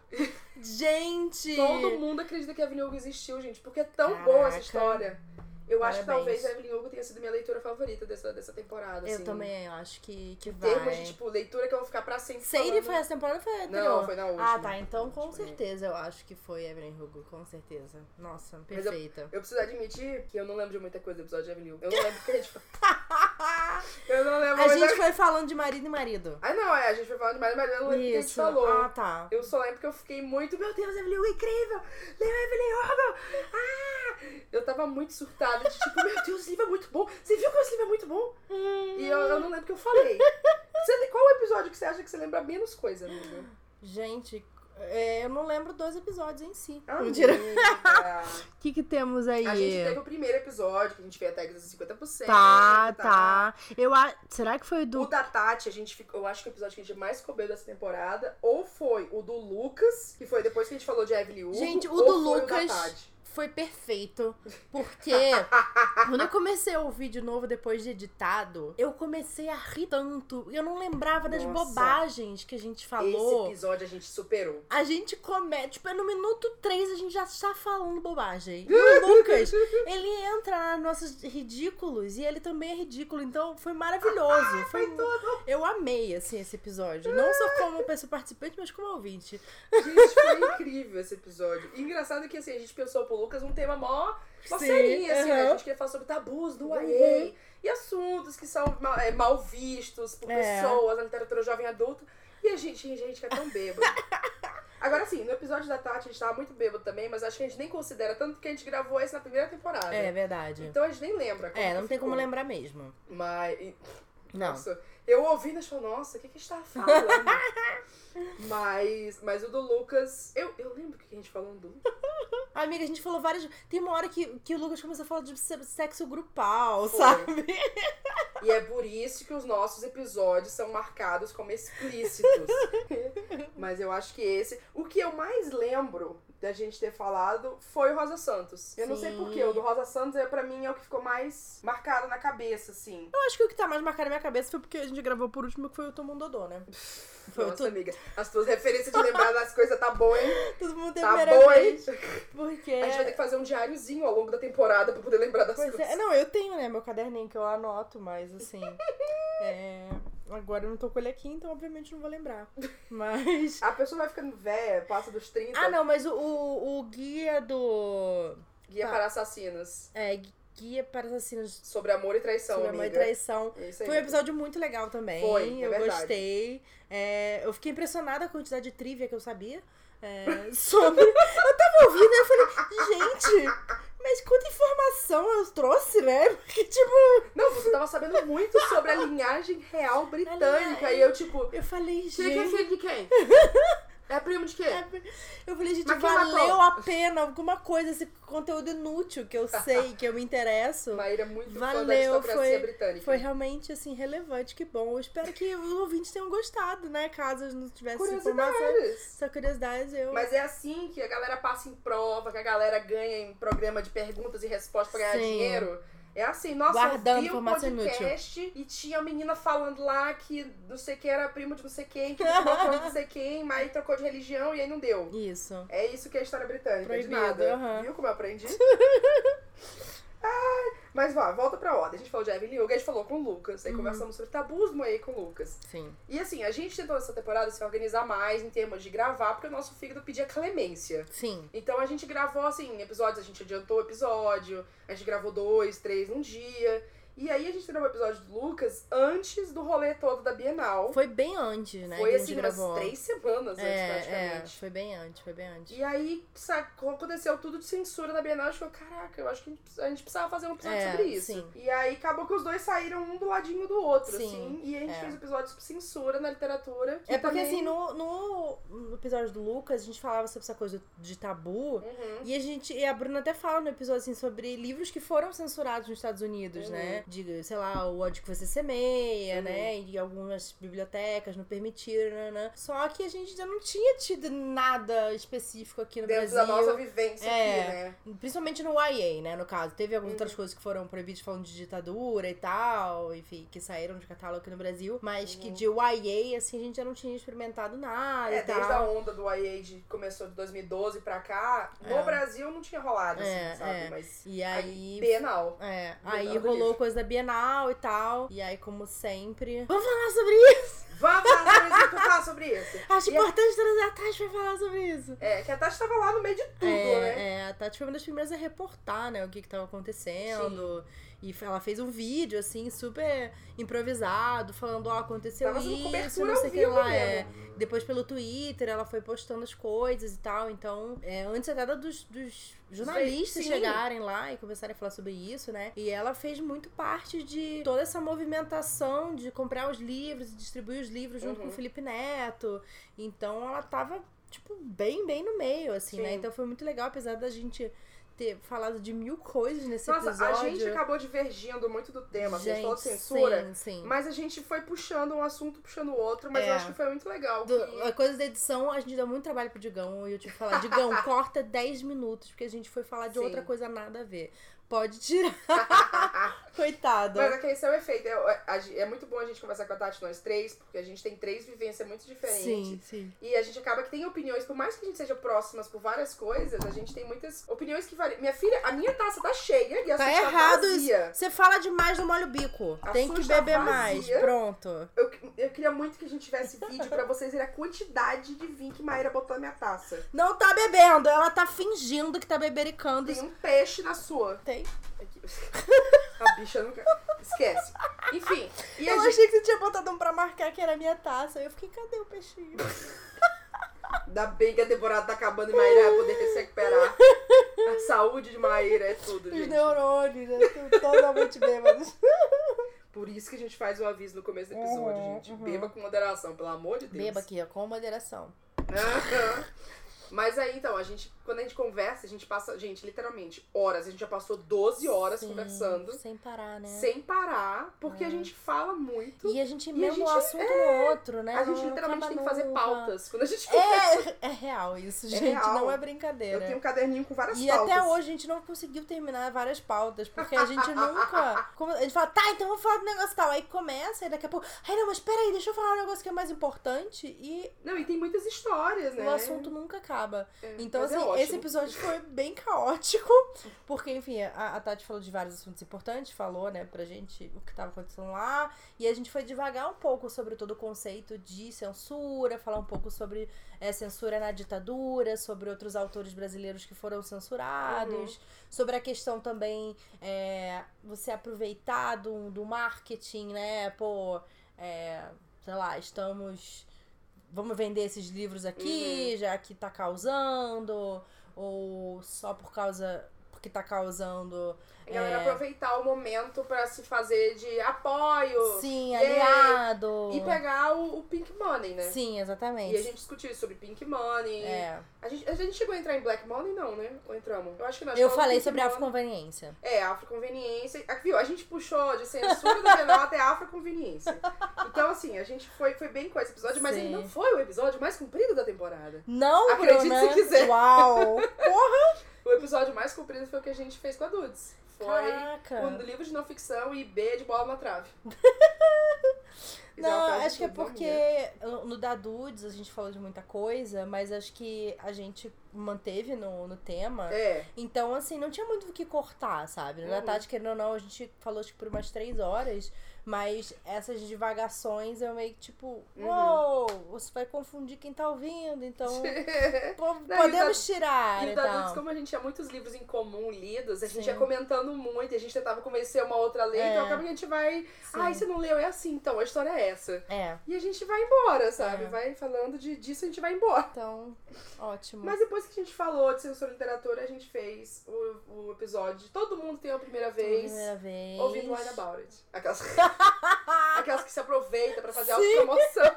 [SPEAKER 2] Gente!
[SPEAKER 1] Todo mundo acredita que Evelyn Hugo existiu, gente, porque é tão
[SPEAKER 2] Caraca.
[SPEAKER 1] boa essa história. Eu acho que
[SPEAKER 2] Parabéns.
[SPEAKER 1] talvez a Evelyn Hugo tenha sido minha leitura favorita dessa, dessa temporada,
[SPEAKER 2] Eu
[SPEAKER 1] assim.
[SPEAKER 2] também acho que, que
[SPEAKER 1] Em
[SPEAKER 2] vai.
[SPEAKER 1] termos de, tipo, leitura que eu vou ficar pra sempre
[SPEAKER 2] Seire
[SPEAKER 1] falando.
[SPEAKER 2] foi essa temporada ou foi a anterior?
[SPEAKER 1] Não, foi na última.
[SPEAKER 2] Ah, tá. Então, com
[SPEAKER 1] Última. é.
[SPEAKER 2] certeza, eu acho que foi Evelyn Hugo. Com certeza. Nossa,
[SPEAKER 1] eu-
[SPEAKER 2] perfeita.
[SPEAKER 1] Eu preciso admitir que eu não lembro de muita coisa do episódio de Evelyn Hugo. Eu não lembro porque a gente... Ah, eu não lembro
[SPEAKER 2] A
[SPEAKER 1] muita
[SPEAKER 2] gente foi falando de marido e marido.
[SPEAKER 1] Ah, não, é, a gente foi falando demais, mas eu não lembro o que a gente
[SPEAKER 2] Isso.
[SPEAKER 1] falou.
[SPEAKER 2] Ah, tá.
[SPEAKER 1] Eu só lembro que eu fiquei muito, meu Deus, Evelyn Hugo, incrível! Lembra Evelyn Hugo! Ah! Eu tava muito surtada, de tipo, meu Deus, esse livro é muito bom! Você viu que esse livro é muito bom? E eu, eu não lembro o que eu falei. Você- qual o episódio que você acha que você lembra menos coisa, amiga?
[SPEAKER 2] Gente, é, eu não lembro dos episódios em si. Mentira.
[SPEAKER 1] Amiga.
[SPEAKER 2] O que, que temos aí?
[SPEAKER 1] Ah, A gente teve o primeiro episódio, que a gente veio até a igreja dos 50%. e
[SPEAKER 2] Tá,
[SPEAKER 1] tal.
[SPEAKER 2] tá. Eu a... Será que foi o do.
[SPEAKER 1] O da Tati, a gente ficou, eu acho que o episódio que a gente mais comeu dessa temporada, ou foi o do Lucas, que foi depois que a gente falou de Evelyn Hugo,
[SPEAKER 2] Gente, o
[SPEAKER 1] ou
[SPEAKER 2] do
[SPEAKER 1] foi o
[SPEAKER 2] Lucas-
[SPEAKER 1] da Tati.
[SPEAKER 2] Foi perfeito, porque quando eu comecei a ouvir de novo depois de editado, eu comecei a rir tanto. Eu não lembrava das
[SPEAKER 1] Nossa.
[SPEAKER 2] bobagens que a gente falou.
[SPEAKER 1] Esse episódio a gente superou.
[SPEAKER 2] A gente começa, tipo, no minuto 3 a gente já está falando bobagem. E o Lucas, ele entra nos nossos ridículos e ele também é ridículo, então foi maravilhoso. foi tudo. Eu amei, assim, esse episódio. Não só como pessoa participante, mas como ouvinte.
[SPEAKER 1] Gente, foi incrível esse episódio. E engraçado que assim, a gente pensou pro Lucas um tema mó uma
[SPEAKER 2] Sim,
[SPEAKER 1] serinha, assim, né? A
[SPEAKER 2] aham. Uhum.
[SPEAKER 1] gente queria falar sobre tabus do YA e assuntos que são ma- é, mal vistos por
[SPEAKER 2] É.
[SPEAKER 1] pessoas na literatura jovem e adulta. E a gente, gente, a gente, que é tão bêbado. Agora sim, no episódio da Tati a gente tava muito bêbado também, mas acho que a gente nem considera tanto que a gente gravou esse na primeira temporada.
[SPEAKER 2] É verdade.
[SPEAKER 1] Então a gente nem lembra. como
[SPEAKER 2] É, não
[SPEAKER 1] que
[SPEAKER 2] tem como
[SPEAKER 1] ficou.
[SPEAKER 2] lembrar mesmo.
[SPEAKER 1] Mas. e-
[SPEAKER 2] Não.
[SPEAKER 1] Nossa, eu ouvi e achei, nossa, o que que a gente tava falando? mas, mas o do Lucas. Eu, eu lembro o que a gente falou do Lucas.
[SPEAKER 2] Amiga, a gente falou várias. Tem uma hora que, que o Lucas começou a falar de se- sexo grupal,
[SPEAKER 1] Foi.
[SPEAKER 2] sabe?
[SPEAKER 1] E é por isso que os nossos episódios são marcados como explícitos. Mas eu acho que esse. O que eu mais lembro da gente ter falado foi o Rosa Santos. Eu não sei
[SPEAKER 2] Sim.
[SPEAKER 1] porquê. O do Rosa Santos, é, pra mim, é o que ficou mais marcado na cabeça, assim.
[SPEAKER 2] Eu acho que o que tá mais marcado na minha cabeça foi porque a gente gravou por último, que foi o Tomundodô, né? Foi o
[SPEAKER 1] Nossa,
[SPEAKER 2] to-
[SPEAKER 1] amiga. As tuas referências de lembrar das coisas tá bom, hein?
[SPEAKER 2] Todo mundo tem a
[SPEAKER 1] Tá
[SPEAKER 2] primeira
[SPEAKER 1] bom, hein?
[SPEAKER 2] vez. Porque.
[SPEAKER 1] A gente vai ter que fazer um diáriozinho ao longo da temporada pra poder lembrar das
[SPEAKER 2] É. Pois
[SPEAKER 1] coisas.
[SPEAKER 2] é, não, eu tenho, né, meu caderninho que eu anoto, mas assim. é, Agora eu não tô com ele aqui, então obviamente não vou lembrar. Mas.
[SPEAKER 1] A pessoa vai ficando velha, passa dos 30,
[SPEAKER 2] Ah, não, mas o, o, o guia do.
[SPEAKER 1] guia
[SPEAKER 2] Tá.
[SPEAKER 1] para assassinos.
[SPEAKER 2] É, guia para assassinos
[SPEAKER 1] Sobre amor e traição,
[SPEAKER 2] sobre
[SPEAKER 1] amiga.
[SPEAKER 2] amor e traição.
[SPEAKER 1] É isso aí.
[SPEAKER 2] Foi um episódio muito legal também.
[SPEAKER 1] Foi, é
[SPEAKER 2] eu
[SPEAKER 1] verdade.
[SPEAKER 2] gostei. É, eu fiquei impressionada com a quantidade de trivia que eu sabia. é, sobre. eu tava ouvindo e eu falei, gente, mas quanta informação eu trouxe, né? Porque, tipo,
[SPEAKER 1] Não, você tava sabendo muito sobre a linhagem real britânica. E eu, tipo,
[SPEAKER 2] eu falei,
[SPEAKER 1] você que é
[SPEAKER 2] gente.
[SPEAKER 1] filho de quem? É primo de quem?
[SPEAKER 2] Eu falei, gente,
[SPEAKER 1] Mas quem
[SPEAKER 2] valeu
[SPEAKER 1] matou?
[SPEAKER 2] a pena alguma coisa, esse conteúdo inútil que eu sei, que eu me interesso.
[SPEAKER 1] Maíra é muito fã da
[SPEAKER 2] Valeu,
[SPEAKER 1] aristocracia
[SPEAKER 2] foi-
[SPEAKER 1] britânica.
[SPEAKER 2] Foi realmente, assim, relevante, que bom. Eu espero que os ouvintes tenham gostado, né? Caso eu não tivesse informação.
[SPEAKER 1] Curiosidades.
[SPEAKER 2] Só curiosidades, eu...
[SPEAKER 1] Mas é assim que a galera passa em prova, que a galera ganha em programa de perguntas e respostas pra ganhar
[SPEAKER 2] Sim.
[SPEAKER 1] dinheiro. É assim, nossa,
[SPEAKER 2] Guardando
[SPEAKER 1] eu vi um
[SPEAKER 2] informação
[SPEAKER 1] podcast e tinha a menina falando lá que não sei quem era primo de não sei quem, que não trocou de não sei quem, mas aí trocou de religião e aí não deu.
[SPEAKER 2] Isso.
[SPEAKER 1] É isso que é a história britânica, de
[SPEAKER 2] Proibido,
[SPEAKER 1] nada.
[SPEAKER 2] aham.
[SPEAKER 1] Viu como eu aprendi? Ai, mas vá, volta pra ordem. A gente falou de Evelyn Hugo, a gente falou com o Lucas, aí
[SPEAKER 2] Uhum.
[SPEAKER 1] conversamos sobre tabus no aí com o Lucas.
[SPEAKER 2] Sim.
[SPEAKER 1] E assim, a gente tentou essa temporada se organizar mais em termos de gravar, porque o nosso fígado pedia clemência.
[SPEAKER 2] Sim.
[SPEAKER 1] Então a gente gravou, assim, episódios, a gente adiantou o episódio, a gente gravou dois, três num dia. E aí a gente gravou o episódio do Lucas antes do rolê todo da Bienal.
[SPEAKER 2] Foi bem antes, né?
[SPEAKER 1] Foi
[SPEAKER 2] que a gente
[SPEAKER 1] assim,
[SPEAKER 2] gravou.
[SPEAKER 1] umas três semanas antes,
[SPEAKER 2] é, é,
[SPEAKER 1] praticamente.
[SPEAKER 2] foi bem antes, foi bem antes.
[SPEAKER 1] E aí sacou, aconteceu tudo de censura na Bienal. A gente falou, caraca, eu acho que a gente precisa- a gente precisava fazer um episódio
[SPEAKER 2] É,
[SPEAKER 1] sobre isso.
[SPEAKER 2] sim.
[SPEAKER 1] E aí acabou que os dois saíram um do ladinho do outro,
[SPEAKER 2] Sim,
[SPEAKER 1] assim. E a gente
[SPEAKER 2] é.
[SPEAKER 1] fez episódios sobre censura na literatura. que
[SPEAKER 2] É porque,
[SPEAKER 1] também-
[SPEAKER 2] assim, no, no no episódio do Lucas, a gente falava sobre essa coisa de tabu.
[SPEAKER 1] Uhum.
[SPEAKER 2] E a gente, e a Bruna até fala no episódio assim sobre livros que foram censurados nos Estados Unidos,
[SPEAKER 1] Uhum.
[SPEAKER 2] né? Diga, sei lá, o ódio que você semeia,
[SPEAKER 1] Uhum.
[SPEAKER 2] né? E algumas bibliotecas não permitiram, né, né? Só que a gente ainda não tinha tido nada específico aqui no
[SPEAKER 1] Dentro
[SPEAKER 2] Brasil.
[SPEAKER 1] da nossa vivência aqui,
[SPEAKER 2] É.
[SPEAKER 1] né?
[SPEAKER 2] Principalmente no YA, né? No caso, teve algumas
[SPEAKER 1] Uhum.
[SPEAKER 2] outras coisas que foram proibidas, falando de ditadura e tal, enfim, que saíram de catálogo aqui no Brasil, mas que
[SPEAKER 1] Uhum.
[SPEAKER 2] de YA, assim, a gente já não tinha experimentado nada
[SPEAKER 1] É,
[SPEAKER 2] Ah, e tal.
[SPEAKER 1] desde a onda do YA de- começou de 2012 pra cá,
[SPEAKER 2] É.
[SPEAKER 1] no Brasil não tinha rolado, assim,
[SPEAKER 2] É,
[SPEAKER 1] sabe?
[SPEAKER 2] é.
[SPEAKER 1] Mas
[SPEAKER 2] E aí.
[SPEAKER 1] Bienal.
[SPEAKER 2] É,
[SPEAKER 1] Bienal
[SPEAKER 2] aí
[SPEAKER 1] do
[SPEAKER 2] rolou
[SPEAKER 1] livro.
[SPEAKER 2] coisa da Bienal e tal. E aí, como sempre. Vamos falar sobre
[SPEAKER 1] Vamos falar sobre isso, vamos falar sobre isso.
[SPEAKER 2] isso! Acho
[SPEAKER 1] E
[SPEAKER 2] importante trazer a Tati pra falar sobre isso.
[SPEAKER 1] É, que a Tati tava lá no meio de tudo,
[SPEAKER 2] é,
[SPEAKER 1] né?
[SPEAKER 2] é, a Tati foi uma das primeiras a reportar, né, o que que tava acontecendo. E f- ela fez um vídeo, assim, super improvisado, falando, ó, aconteceu
[SPEAKER 1] Tava fazendo
[SPEAKER 2] isso,
[SPEAKER 1] cobertura
[SPEAKER 2] não sei
[SPEAKER 1] ao
[SPEAKER 2] o que
[SPEAKER 1] vivo
[SPEAKER 2] lá. É.
[SPEAKER 1] mesmo.
[SPEAKER 2] Depois pelo Twitter, ela foi postando as coisas e tal. Então, é, antes até da dos, dos jornalistas
[SPEAKER 1] Sim.
[SPEAKER 2] chegarem lá e começarem a falar sobre isso, né? E ela fez muito parte de toda essa movimentação de comprar os livros, distribuir os livros junto
[SPEAKER 1] Uhum.
[SPEAKER 2] com o Felipe Neto. Então ela tava, tipo, bem, bem no meio, assim, né?
[SPEAKER 1] Sim.
[SPEAKER 2] Então foi muito legal, apesar da gente ter falado de mil coisas nesse
[SPEAKER 1] Nossa,
[SPEAKER 2] episódio.
[SPEAKER 1] a gente é acabou divergindo muito do tema. Gente, a gente falou de censura,
[SPEAKER 2] Sim, sim.
[SPEAKER 1] mas a gente foi puxando um assunto, puxando o outro, mas
[SPEAKER 2] É.
[SPEAKER 1] eu acho que foi muito legal.
[SPEAKER 2] Do-
[SPEAKER 1] que-
[SPEAKER 2] a coisa da edição, a gente dá muito trabalho pro Digão. E eu tive que falar, Digão, corta 10 minutos, porque a gente foi falar de
[SPEAKER 1] Sim.
[SPEAKER 2] outra coisa nada a ver. Pode tirar. Coitada.
[SPEAKER 1] mas aquele seu efeito. É, a gen- é muito bom a gente conversar com a Tati, nós três, porque a gente tem três vivências muito diferentes.
[SPEAKER 2] sim, sim.
[SPEAKER 1] E a gente acaba que tem opiniões, por mais que a gente seja próximas por várias coisas, a gente tem muitas opiniões que variam. Minha filha, a minha taça tá cheia e a
[SPEAKER 2] Tá
[SPEAKER 1] sua tá
[SPEAKER 2] errado
[SPEAKER 1] vazia.
[SPEAKER 2] Você fala demais no molho bico.
[SPEAKER 1] A
[SPEAKER 2] Tem que
[SPEAKER 1] Xuxa
[SPEAKER 2] beber
[SPEAKER 1] vazia.
[SPEAKER 2] mais. Pronto.
[SPEAKER 1] Eu, eu queria muito que a gente tivesse vídeo pra vocês verem a quantidade de vinho que Maíra botou na minha taça.
[SPEAKER 2] Não tá bebendo. Ela tá fingindo que tá bebericando.
[SPEAKER 1] Tem um peixe na sua.
[SPEAKER 2] Tem.
[SPEAKER 1] Aqui. É A bicha nunca. Esquece. Enfim. E a
[SPEAKER 2] Eu
[SPEAKER 1] gente.
[SPEAKER 2] achei que você tinha botado um pra marcar que era a minha taça. Eu fiquei, cadê o peixinho?
[SPEAKER 1] Ainda bem que a temporada tá acabando e Maíra vai poder se recuperar. A saúde de Maíra é tudo,
[SPEAKER 2] Os
[SPEAKER 1] gente.
[SPEAKER 2] neurônios, né? Tô Totalmente bêbados.
[SPEAKER 1] Por isso que a gente faz o aviso no começo do episódio,
[SPEAKER 2] Uhum,
[SPEAKER 1] gente.
[SPEAKER 2] uhum.
[SPEAKER 1] Beba com moderação, pelo amor de Deus.
[SPEAKER 2] Beba aqui, ó, com moderação.
[SPEAKER 1] Aham. Mas aí, então, a gente, quando a gente conversa, a gente passa, gente, literalmente, horas. A gente já passou 12 horas
[SPEAKER 2] Sim,
[SPEAKER 1] conversando,
[SPEAKER 2] Sem parar, né?
[SPEAKER 1] sem parar, porque a gente fala muito.
[SPEAKER 2] E a gente emenda
[SPEAKER 1] gente- é.
[SPEAKER 2] um assunto no outro, né?
[SPEAKER 1] a gente
[SPEAKER 2] Não
[SPEAKER 1] literalmente
[SPEAKER 2] acaba
[SPEAKER 1] tem que fazer
[SPEAKER 2] nunca.
[SPEAKER 1] pautas. Quando a gente
[SPEAKER 2] É, é real isso, gente.
[SPEAKER 1] real.
[SPEAKER 2] Não é
[SPEAKER 1] Eu
[SPEAKER 2] brincadeira.
[SPEAKER 1] tenho um caderninho com várias
[SPEAKER 2] E
[SPEAKER 1] pautas.
[SPEAKER 2] até hoje a gente não conseguiu terminar várias pautas, porque a gente nunca. como- a gente fala, tá, então vamos falar do negócio tal. Aí começa, e daqui a pouco. Ai, não, mas peraí, deixa eu falar um negócio que é mais importante. E
[SPEAKER 1] Não, e tem muitas histórias, né?
[SPEAKER 2] o assunto nunca acaba.
[SPEAKER 1] É,
[SPEAKER 2] Então,
[SPEAKER 1] mas é
[SPEAKER 2] assim,
[SPEAKER 1] ótimo.
[SPEAKER 2] esse episódio foi bem caótico. Porque, enfim, a, a Tati falou de vários assuntos importantes, falou, né, pra gente o que tava acontecendo lá. E a gente foi devagar um pouco sobre todo o conceito de censura, falar um pouco sobre é, censura na ditadura, sobre outros autores brasileiros que foram
[SPEAKER 1] Uhum.
[SPEAKER 2] censurados, sobre a questão também é, você aproveitar do, do marketing, né, pô, é, sei lá, estamos. Vamos vender esses livros aqui,
[SPEAKER 1] Uhum.
[SPEAKER 2] já que tá causando, ou só por causa. porque tá causando.
[SPEAKER 1] A
[SPEAKER 2] É.
[SPEAKER 1] galera aproveitar o momento pra se fazer de apoio
[SPEAKER 2] Sim,
[SPEAKER 1] é,
[SPEAKER 2] aliado.
[SPEAKER 1] e pegar o, o Pink Money, né?
[SPEAKER 2] Sim, exatamente.
[SPEAKER 1] E a gente discutiu sobre Pink Money.
[SPEAKER 2] É.
[SPEAKER 1] A, gente, a gente chegou a entrar em Black Money, não, né? Ou entramos? Eu acho que nós
[SPEAKER 2] Eu falei sobre a
[SPEAKER 1] afroconveniência.
[SPEAKER 2] afroconveniência.
[SPEAKER 1] É, afroconveniência. Ah, Viu? A gente puxou de censura do penal até afroconveniência. Então, assim, a gente foi, foi bem com esse episódio, mas ele
[SPEAKER 2] Sim.
[SPEAKER 1] não foi o episódio mais comprido da temporada.
[SPEAKER 2] Não,
[SPEAKER 1] Acredite
[SPEAKER 2] Bruna.
[SPEAKER 1] se quiser.
[SPEAKER 2] Uau! Porra!
[SPEAKER 1] O episódio mais comprido foi o que a gente fez com a Dudes. Foi
[SPEAKER 2] Caraca!
[SPEAKER 1] um livro de não ficção e B é de bola na trave. Isso é uma
[SPEAKER 2] Não,
[SPEAKER 1] frase
[SPEAKER 2] acho que é
[SPEAKER 1] tudo, né,
[SPEAKER 2] porque
[SPEAKER 1] amiga?
[SPEAKER 2] no no da Dudes a gente falou de muita coisa, mas acho que a gente manteve no, no tema.
[SPEAKER 1] É,
[SPEAKER 2] Então, assim, não tinha muito o que cortar, sabe? Na
[SPEAKER 1] Uhum.
[SPEAKER 2] Tati, querendo ou não, a gente falou, tipo, por umas três horas. Mas essas divagações eu meio que, tipo,
[SPEAKER 1] Uhum.
[SPEAKER 2] uou, você vai confundir quem tá ouvindo, então po-
[SPEAKER 1] da-
[SPEAKER 2] podemos tirar
[SPEAKER 1] tá E tá
[SPEAKER 2] e
[SPEAKER 1] da Dudes,
[SPEAKER 2] tal.
[SPEAKER 1] como a gente tinha muitos livros em comum lidos, a gente
[SPEAKER 2] então. Sim. É.
[SPEAKER 1] ia comentando muito, e a gente tentava convencer uma outra a ler, então acaba que a gente vai.
[SPEAKER 2] Sim.
[SPEAKER 1] Ai, você não leu, é assim, então, a história é essa.
[SPEAKER 2] É,
[SPEAKER 1] E a gente vai embora, sabe?
[SPEAKER 2] É.
[SPEAKER 1] Vai falando de, disso, a gente vai embora.
[SPEAKER 2] então, ótimo.
[SPEAKER 1] Mas depois que a gente falou de censura e literatura, a gente fez o, o episódio de Todo Mundo Tem a Primeira Vez.
[SPEAKER 2] Primeira vez.
[SPEAKER 1] Ouvindo Wine About It. Aquelas, aquelas que se aproveita pra fazer autopromoção.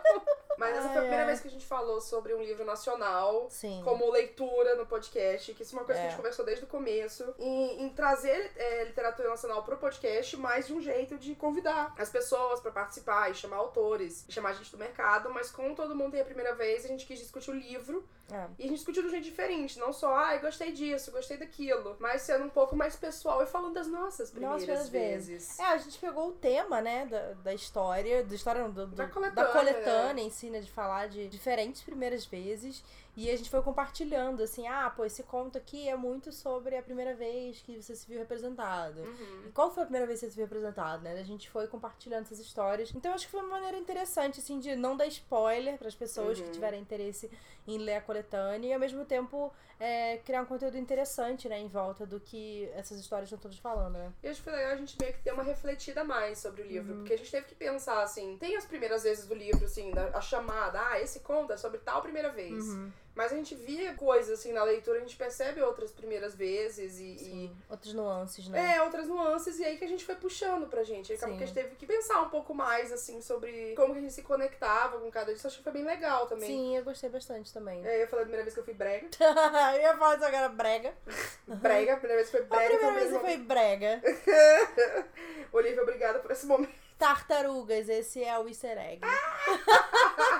[SPEAKER 1] Mas essa foi a
[SPEAKER 2] Ai,
[SPEAKER 1] primeira
[SPEAKER 2] ai.
[SPEAKER 1] vez que a gente falou sobre um livro nacional
[SPEAKER 2] Sim.
[SPEAKER 1] como leitura no podcast, que isso é uma coisa que a
[SPEAKER 2] É.
[SPEAKER 1] gente conversou desde o começo, em, em trazer é, literatura nacional pro podcast, mas de um jeito de convidar as pessoas pra participar e chamar autores, e chamar gente do mercado, mas como todo mundo tem a primeira vez, a gente quis discutir o livro
[SPEAKER 2] É.
[SPEAKER 1] e a gente discutiu de um jeito diferente, não só, ai, gostei disso, gostei daquilo, mas sendo um pouco mais pessoal e falando das nossas primeiras
[SPEAKER 2] primeiras vezes.
[SPEAKER 1] vezes.
[SPEAKER 2] É, a gente pegou o tema, né, da, da história, da história não, do, do-
[SPEAKER 1] Da coletânea,
[SPEAKER 2] coletânea em si, né, de falar de diferentes primeiras vezes, e a gente foi compartilhando, assim, ah, pô, esse conto aqui é muito sobre a primeira vez que você se viu representado.
[SPEAKER 1] Uhum.
[SPEAKER 2] E qual foi a primeira vez que você se viu representado, né? A gente foi compartilhando essas histórias. Então acho que foi uma maneira interessante, assim, de não dar spoiler para as pessoas
[SPEAKER 1] Uhum.
[SPEAKER 2] que tiverem interesse em ler a coletânea e ao mesmo tempo é, criar um conteúdo interessante, né, em volta do que essas histórias estão todas falando, né?
[SPEAKER 1] E acho que foi legal a gente meio que ter uma refletida mais sobre o livro.
[SPEAKER 2] Uhum.
[SPEAKER 1] Porque a gente teve que pensar, assim, tem as primeiras vezes do livro, assim, da- a chamada, ah, esse conta é sobre tal primeira vez.
[SPEAKER 2] Uhum.
[SPEAKER 1] Mas a gente via coisas, assim, na leitura, a gente percebe outras primeiras vezes e. e-
[SPEAKER 2] Sim. Outras nuances, né?
[SPEAKER 1] É, outras nuances, e aí que a gente foi puxando pra gente. Aí Acabou
[SPEAKER 2] Sim.
[SPEAKER 1] que a gente teve que pensar um pouco mais, assim, sobre como que a gente se conectava com cada disso. Acho que foi bem legal também.
[SPEAKER 2] Sim, eu gostei bastante também.
[SPEAKER 1] É, eu falei a primeira vez que eu fui brega.
[SPEAKER 2] eu ia falar isso agora, brega.
[SPEAKER 1] Brega, a primeira vez que foi
[SPEAKER 2] A
[SPEAKER 1] brega. né?
[SPEAKER 2] primeira
[SPEAKER 1] foi
[SPEAKER 2] vez
[SPEAKER 1] o
[SPEAKER 2] você foi brega.
[SPEAKER 1] momento. Olivia, obrigada por esse momento.
[SPEAKER 2] Tartarugas, esse é o easter egg.
[SPEAKER 1] Ah,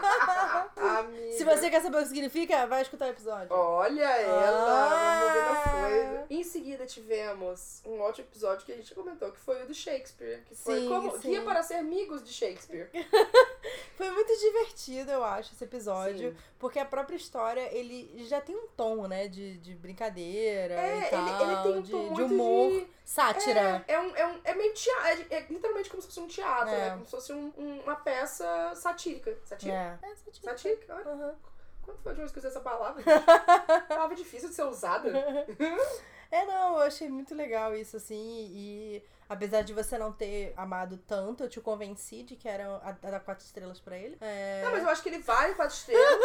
[SPEAKER 1] Amiga.
[SPEAKER 2] Se você quer saber o que significa, vai escutar o episódio.
[SPEAKER 1] Olha ela,
[SPEAKER 2] Ah!
[SPEAKER 1] vamos ver as coisas. Em seguida tivemos um outro episódio que a gente comentou, que foi o do Shakespeare, que foi
[SPEAKER 2] Sim,
[SPEAKER 1] como
[SPEAKER 2] sim.
[SPEAKER 1] guia para ser amigos de Shakespeare.
[SPEAKER 2] Foi muito divertido, eu acho, esse episódio.
[SPEAKER 1] Sim.
[SPEAKER 2] Porque a própria história, ele já tem um tom, né? De, de brincadeira
[SPEAKER 1] É,
[SPEAKER 2] e
[SPEAKER 1] ele,
[SPEAKER 2] tal.
[SPEAKER 1] ele tem um
[SPEAKER 2] de,
[SPEAKER 1] tom
[SPEAKER 2] de
[SPEAKER 1] muito
[SPEAKER 2] humor,
[SPEAKER 1] de-
[SPEAKER 2] sátira.
[SPEAKER 1] É, é, um, é, um, é meio teatro, é, é literalmente como se fosse um teatro,
[SPEAKER 2] É.
[SPEAKER 1] né? Como se fosse um- um- uma peça satírica. Satírica?
[SPEAKER 2] É. É, sátira.
[SPEAKER 1] Satírica? Olha,
[SPEAKER 2] Aham.
[SPEAKER 1] quanto foi de vez que eu usei essa palavra? gente? palavra difícil de ser usada.
[SPEAKER 2] É, não, eu achei muito legal isso, assim, e apesar de você não ter amado tanto, eu te convenci de que era a, a dar quatro estrelas pra ele. É...
[SPEAKER 1] Não, mas eu acho que ele vale quatro estrelas.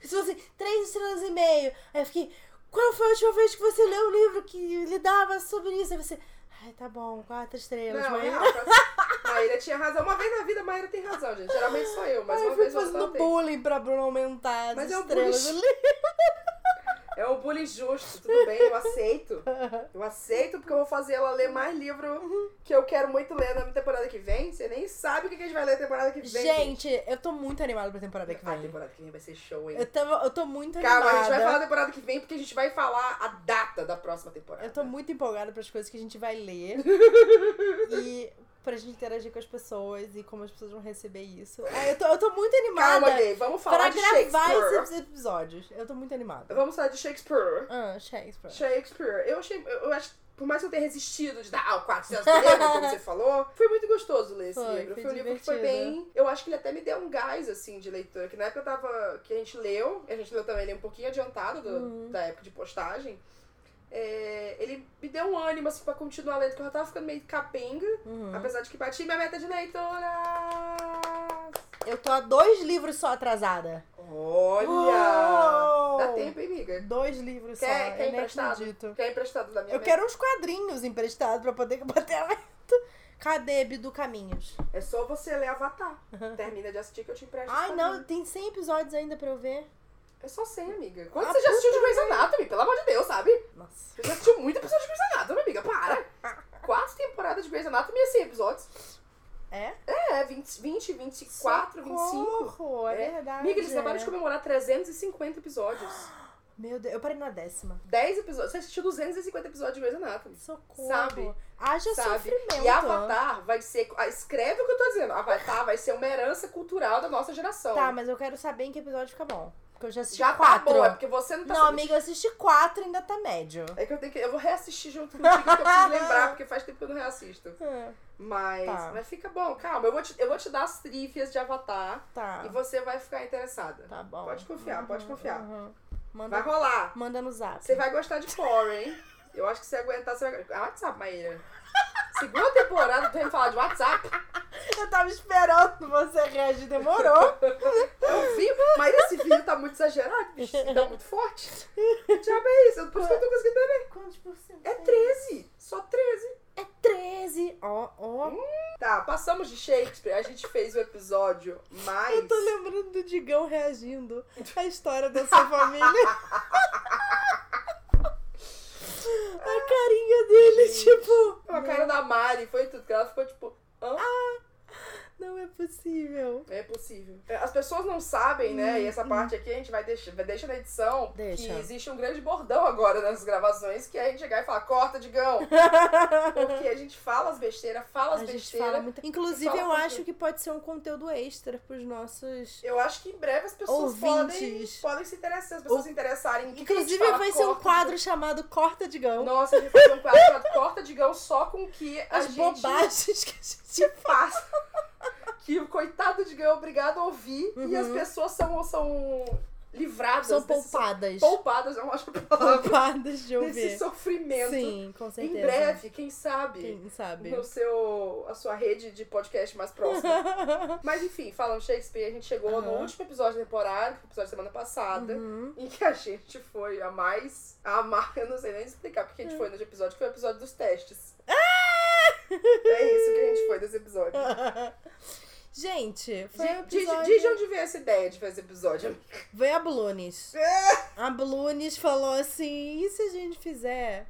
[SPEAKER 2] Se fosse assim, três estrelas e meio, aí eu fiquei, qual foi a última vez que você leu um livro que lidava sobre isso? Aí você, ai, tá bom, quatro estrelas,
[SPEAKER 1] Não,
[SPEAKER 2] mas...
[SPEAKER 1] é alto. Maíra tinha razão. Uma vez na vida, Maíra tem razão, gente. Geralmente sou eu, mas
[SPEAKER 2] Ai, eu
[SPEAKER 1] uma
[SPEAKER 2] fico
[SPEAKER 1] vez eu só
[SPEAKER 2] fazendo
[SPEAKER 1] tenho.
[SPEAKER 2] bullying pra Bruno aumentar as
[SPEAKER 1] Mas é um
[SPEAKER 2] estrelas.
[SPEAKER 1] bullying. É um bullying justo, tudo bem, eu aceito. Eu aceito porque eu vou fazer ela ler mais livro
[SPEAKER 2] Uhum.
[SPEAKER 1] que eu quero muito ler na temporada que vem. Você nem sabe o que que a gente vai ler na temporada que vem.
[SPEAKER 2] Gente, eu tô muito animada pra temporada que
[SPEAKER 1] a
[SPEAKER 2] vem.
[SPEAKER 1] temporada que vem vai ser show, hein?
[SPEAKER 2] Eu tô, eu tô muito
[SPEAKER 1] Calma, a
[SPEAKER 2] animada.
[SPEAKER 1] gente vai falar da temporada que vem porque a gente vai falar a data da próxima temporada.
[SPEAKER 2] Eu tô muito empolgada pras coisas que a gente vai ler. e pra gente interagir com as pessoas e como as pessoas vão receber isso. Ah, eu, tô, eu tô muito animada
[SPEAKER 1] Calma, gay, vamos falar
[SPEAKER 2] pra
[SPEAKER 1] de
[SPEAKER 2] gravar
[SPEAKER 1] Shakespeare.
[SPEAKER 2] esses episódios. Eu tô muito animada.
[SPEAKER 1] Vamos falar de Shakespeare.
[SPEAKER 2] Ah, Shakespeare.
[SPEAKER 1] Shakespeare. Eu achei. Eu eu acho. Por mais que eu tenha resistido de dar ah, o 400 livros, como você falou, foi muito gostoso ler esse
[SPEAKER 2] Foi,
[SPEAKER 1] livro.
[SPEAKER 2] foi
[SPEAKER 1] Foi um livro que foi
[SPEAKER 2] divertido.
[SPEAKER 1] bem. Eu acho que ele até me deu um gás, assim, de leitura. Que na época eu tava. Que a gente leu, e a gente leu também ele é um pouquinho adiantado do-
[SPEAKER 2] Uhum.
[SPEAKER 1] da época de postagem. É, ele me deu um ânimo, assim, pra continuar lendo, porque eu já tava ficando meio capenga,
[SPEAKER 2] Uhum.
[SPEAKER 1] apesar de que bati minha meta de leitura.
[SPEAKER 2] Eu tô a dois livros só atrasada.
[SPEAKER 1] Olha!
[SPEAKER 2] Uou!
[SPEAKER 1] Dá tempo, hein, amiga?
[SPEAKER 2] Dois livros
[SPEAKER 1] Quer- quer
[SPEAKER 2] só. eu nem
[SPEAKER 1] emprestado?
[SPEAKER 2] acredito.
[SPEAKER 1] Quer emprestado da minha
[SPEAKER 2] Eu
[SPEAKER 1] meta?
[SPEAKER 2] quero uns quadrinhos emprestados pra poder bater a meta. Cadê Bidu Caminhos?
[SPEAKER 1] É só você ler Avatar. Termina de assistir que eu te empresto.
[SPEAKER 2] Ai,
[SPEAKER 1] pra
[SPEAKER 2] não,
[SPEAKER 1] mim.
[SPEAKER 2] tem 100 episódios ainda pra eu ver.
[SPEAKER 1] É só 100, amiga. Quanto
[SPEAKER 2] Ah,
[SPEAKER 1] você já assistiu de Grey's Anatomy? Pelo amor de Deus, sabe?
[SPEAKER 2] Nossa.
[SPEAKER 1] Você já assistiu muito episódio de Grey's Anatomy, amiga. Para! Quatro temporadas de Grey's Anatomy e 100 episódios.
[SPEAKER 2] É?
[SPEAKER 1] É, 20, 20 24, 25.
[SPEAKER 2] Socorro, é,
[SPEAKER 1] É.
[SPEAKER 2] verdade.
[SPEAKER 1] Amiga, eles
[SPEAKER 2] é.
[SPEAKER 1] acabaram de comemorar 350 episódios.
[SPEAKER 2] Meu Deus, eu parei na décima.
[SPEAKER 1] 10 episódios. Você assistiu 250 episódios de Grey's Anatomy.
[SPEAKER 2] Socorro.
[SPEAKER 1] Sabe?
[SPEAKER 2] Haja
[SPEAKER 1] Sabe?
[SPEAKER 2] é sofrimento.
[SPEAKER 1] E Avatar vai ser. ah, Escreve o que eu tô dizendo. Avatar vai ser uma herança cultural da nossa geração.
[SPEAKER 2] Tá, mas eu quero saber em que episódio fica bom. Porque eu já assisti
[SPEAKER 1] Já tá
[SPEAKER 2] quatro.
[SPEAKER 1] bom, é porque você não tá
[SPEAKER 2] Não,
[SPEAKER 1] sabendo.
[SPEAKER 2] amiga, eu assisti quatro e ainda tá médio.
[SPEAKER 1] É que eu tenho que. Eu vou reassistir junto contigo, porque eu preciso lembrar, porque faz tempo que eu não reassisto. Mas.
[SPEAKER 2] Tá.
[SPEAKER 1] Mas fica bom, calma. Eu vou te, eu vou te dar as trivias de Avatar
[SPEAKER 2] Tá.
[SPEAKER 1] e você vai ficar interessada.
[SPEAKER 2] Tá bom.
[SPEAKER 1] Pode confiar, pode confiar.
[SPEAKER 2] Uhum.
[SPEAKER 1] Vai
[SPEAKER 2] Manda,
[SPEAKER 1] rolar.
[SPEAKER 2] manda no zap.
[SPEAKER 1] Você vai gostar de Power, hein? Eu acho que se aguentar, você vai. Ah, WhatsApp, Maíra. Segunda temporada, tu vem falar de WhatsApp.
[SPEAKER 2] Eu tava esperando você reagir, demorou.
[SPEAKER 1] Eu vi, mas esse vídeo tá muito exagerado, bicho. Esse vídeo Tá muito forte. Diabo é isso, por isso que eu tô conseguindo ver.
[SPEAKER 2] Quantos por cento?
[SPEAKER 1] É 13, só 13.
[SPEAKER 2] 13. Ó, ó.
[SPEAKER 1] Tá, passamos de Shakespeare, a gente fez o episódio mais.
[SPEAKER 2] Eu tô lembrando do Digão reagindo à história da sua família. A carinha dele, tipo,
[SPEAKER 1] A cara da Mari foi tudo, que ela ficou tipo.
[SPEAKER 2] não é possível.
[SPEAKER 1] É possível. É, As pessoas não sabem, né? E essa parte aqui a gente vai deixar deixa na edição.
[SPEAKER 2] Uhum. Deixa.
[SPEAKER 1] Que existe um grande bordão agora nas gravações, que é a gente chegar e falar, corta, Digão. Porque a gente fala as besteiras, fala as
[SPEAKER 2] A gente
[SPEAKER 1] besteiras.
[SPEAKER 2] fala muito. Inclusive,
[SPEAKER 1] Fala
[SPEAKER 2] eu
[SPEAKER 1] bastante.
[SPEAKER 2] acho que pode ser um conteúdo extra pros nossos.
[SPEAKER 1] Eu acho que em breve as pessoas podem,
[SPEAKER 2] Ouvintes.
[SPEAKER 1] podem se interessar, as pessoas se interessarem. em que que a gente
[SPEAKER 2] Inclusive,
[SPEAKER 1] fala,
[SPEAKER 2] vai ser um
[SPEAKER 1] corta,
[SPEAKER 2] quadro chamado Corta Digão.
[SPEAKER 1] Nossa, a gente vai fazer um quadro chamado Corta Digão só com o que a
[SPEAKER 2] As
[SPEAKER 1] gente
[SPEAKER 2] bobagens que a gente.
[SPEAKER 1] passa. Que o coitado de Digão é obrigado a ouvir e
[SPEAKER 2] Uhum.
[SPEAKER 1] as pessoas são, são livradas.
[SPEAKER 2] São
[SPEAKER 1] desse so-
[SPEAKER 2] poupadas.
[SPEAKER 1] Poupadas, é uma ótima palavra.
[SPEAKER 2] Poupadas de
[SPEAKER 1] Desse
[SPEAKER 2] ouvir.
[SPEAKER 1] sofrimento.
[SPEAKER 2] Sim, com
[SPEAKER 1] em
[SPEAKER 2] certeza.
[SPEAKER 1] breve, quem sabe,
[SPEAKER 2] Quem sabe?
[SPEAKER 1] no seu, a sua rede de podcast mais próxima. Mas enfim, falando Shakespeare, a gente chegou no
[SPEAKER 2] Aham.
[SPEAKER 1] último episódio da temporada, episódio da semana passada.
[SPEAKER 2] Uhum.
[SPEAKER 1] Em que a gente foi a mais. A marca, eu não sei nem explicar porque a
[SPEAKER 2] Hum.
[SPEAKER 1] gente foi nesse episódio, que foi o episódio dos testes.
[SPEAKER 2] Ah!
[SPEAKER 1] É isso que a gente foi nesse episódio.
[SPEAKER 2] Gente, foi um
[SPEAKER 1] Di- di-
[SPEAKER 2] episódio...
[SPEAKER 1] Diz de onde veio essa ideia de fazer episódio.
[SPEAKER 2] Veio a Blunes. A Blunes falou assim, e se a gente fizer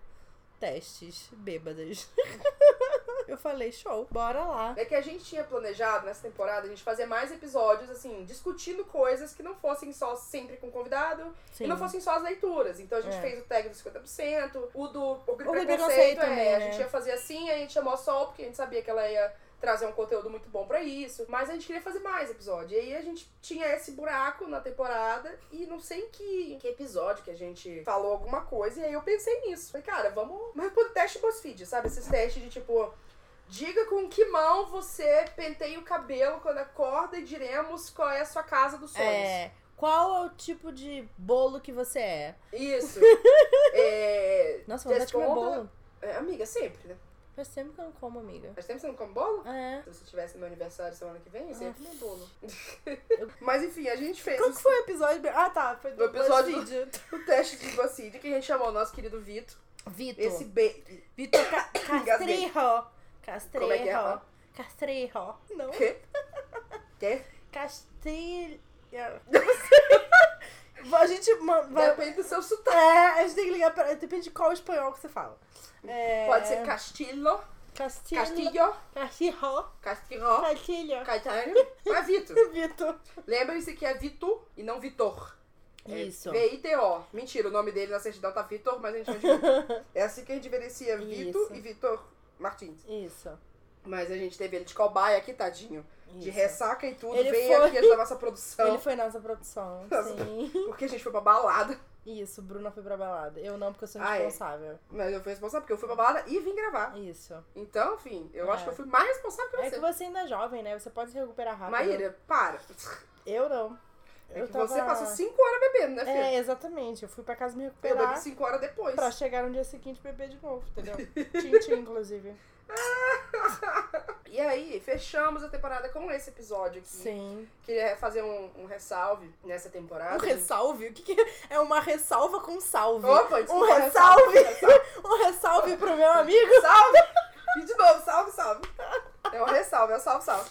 [SPEAKER 2] testes bêbadas? Eu falei, show, bora lá.
[SPEAKER 1] É que a gente tinha planejado nessa temporada a gente fazer mais episódios, assim, discutindo coisas que não fossem só sempre com convidado e não fossem só as leituras. Então a gente
[SPEAKER 2] É.
[SPEAKER 1] fez o tag do 50%, o do Orgulho
[SPEAKER 2] O
[SPEAKER 1] e Preconceito,
[SPEAKER 2] do preconceito
[SPEAKER 1] é.
[SPEAKER 2] também,
[SPEAKER 1] A
[SPEAKER 2] né?
[SPEAKER 1] gente ia fazer assim, a gente chamou a Sol porque a gente sabia que ela ia trazer um conteúdo muito bom pra isso. Mas a gente queria fazer mais episódio. E aí a gente tinha esse buraco na temporada e não sei em que, em que episódio que a gente falou alguma coisa. E aí eu pensei nisso. Falei, cara, vamos... Mas por teste BuzzFeed, sabe? Esses testes de tipo... Diga com que mão você penteia o cabelo quando acorda e diremos qual é a sua casa dos sonhos.
[SPEAKER 2] É, qual é o tipo de bolo que você é?
[SPEAKER 1] Isso. é...
[SPEAKER 2] Nossa, vontade de comer
[SPEAKER 1] Responda-
[SPEAKER 2] bolo.
[SPEAKER 1] É, amiga, sempre, né?
[SPEAKER 2] Faz tempo que eu não como, amiga.
[SPEAKER 1] Faz tempo que você não come bolo?
[SPEAKER 2] É.
[SPEAKER 1] Se você tivesse no meu aniversário semana que vem, você ia comer bolo.
[SPEAKER 2] Ah. Eu-
[SPEAKER 1] Mas enfim, a gente fez
[SPEAKER 2] Qual que foi o episódio? Ah, tá, foi do
[SPEAKER 1] O episódio do-
[SPEAKER 2] BuzzFeed.
[SPEAKER 1] o teste de BuzzFeed, que a gente chamou o nosso querido Vitor.
[SPEAKER 2] Vitor.
[SPEAKER 1] Esse bacon.
[SPEAKER 2] Vitor Ca- Castrejo.
[SPEAKER 1] Como é que é?
[SPEAKER 2] Castrejo. Castreiro. Não.
[SPEAKER 1] Quê? Quê?
[SPEAKER 2] Castilho. A gente ma- vai.
[SPEAKER 1] Depende do seu sotaque.
[SPEAKER 2] É, a gente tem que ligar pra. Depende de qual espanhol que você fala. É,
[SPEAKER 1] Pode ser Castilho,
[SPEAKER 2] Castilho. Castilho.
[SPEAKER 1] Castilho,
[SPEAKER 2] Castilho.
[SPEAKER 1] Castilho,
[SPEAKER 2] Castilho.
[SPEAKER 1] Caetano. Vai, Vitor.
[SPEAKER 2] Vitor.
[SPEAKER 1] Lembrem-se que é Vitor e não Vitor. É
[SPEAKER 3] Isso.
[SPEAKER 1] V-I-T-O. Mentira, o nome dele na certidão tá Vitor, mas a gente chama de Vitor. É assim que a gente envelhecia Vitor
[SPEAKER 3] Isso.
[SPEAKER 1] e Vitor Martins.
[SPEAKER 3] Isso.
[SPEAKER 1] Mas a gente teve ele de cobaia aqui, tadinho. De
[SPEAKER 3] isso.
[SPEAKER 1] ressaca e tudo,
[SPEAKER 2] Ele
[SPEAKER 1] veio
[SPEAKER 2] foi-
[SPEAKER 1] aqui ajudar nossa produção.
[SPEAKER 2] Ele foi nossa produção. Sim.
[SPEAKER 1] Porque a gente foi pra balada.
[SPEAKER 2] Isso, Bruna foi pra balada. Eu não, porque eu sou
[SPEAKER 1] Ah, é.
[SPEAKER 2] responsável.
[SPEAKER 1] Mas eu fui responsável, porque eu fui pra balada e vim gravar.
[SPEAKER 2] Isso.
[SPEAKER 1] Então, enfim, eu
[SPEAKER 2] É.
[SPEAKER 1] acho que eu fui mais responsável que
[SPEAKER 2] É
[SPEAKER 1] você.
[SPEAKER 2] que você ainda é jovem, né? Você pode se recuperar rápido.
[SPEAKER 1] Maíra, para.
[SPEAKER 2] Eu não.
[SPEAKER 1] É
[SPEAKER 2] eu
[SPEAKER 1] que
[SPEAKER 2] tava-
[SPEAKER 1] você passou 5 horas bebendo, né, filha?
[SPEAKER 2] É, exatamente. Eu fui pra casa me
[SPEAKER 1] eu bebi
[SPEAKER 2] recuperar
[SPEAKER 1] 5 horas depois.
[SPEAKER 2] pra chegar no dia seguinte e beber de novo, entendeu? tchim, tchim, inclusive.
[SPEAKER 1] E aí, fechamos a temporada com esse episódio aqui.
[SPEAKER 2] Sim.
[SPEAKER 1] Queria fazer um, um ressalve nessa temporada.
[SPEAKER 2] Um ressalve? O que, que é? É uma ressalva com salve.
[SPEAKER 1] Opa, desculpa,
[SPEAKER 2] Um
[SPEAKER 1] ressalve.
[SPEAKER 2] Um ressalve pro meu amigo.
[SPEAKER 1] Salve! E de novo, salve, salve. É um ressalve, é um salve, salve.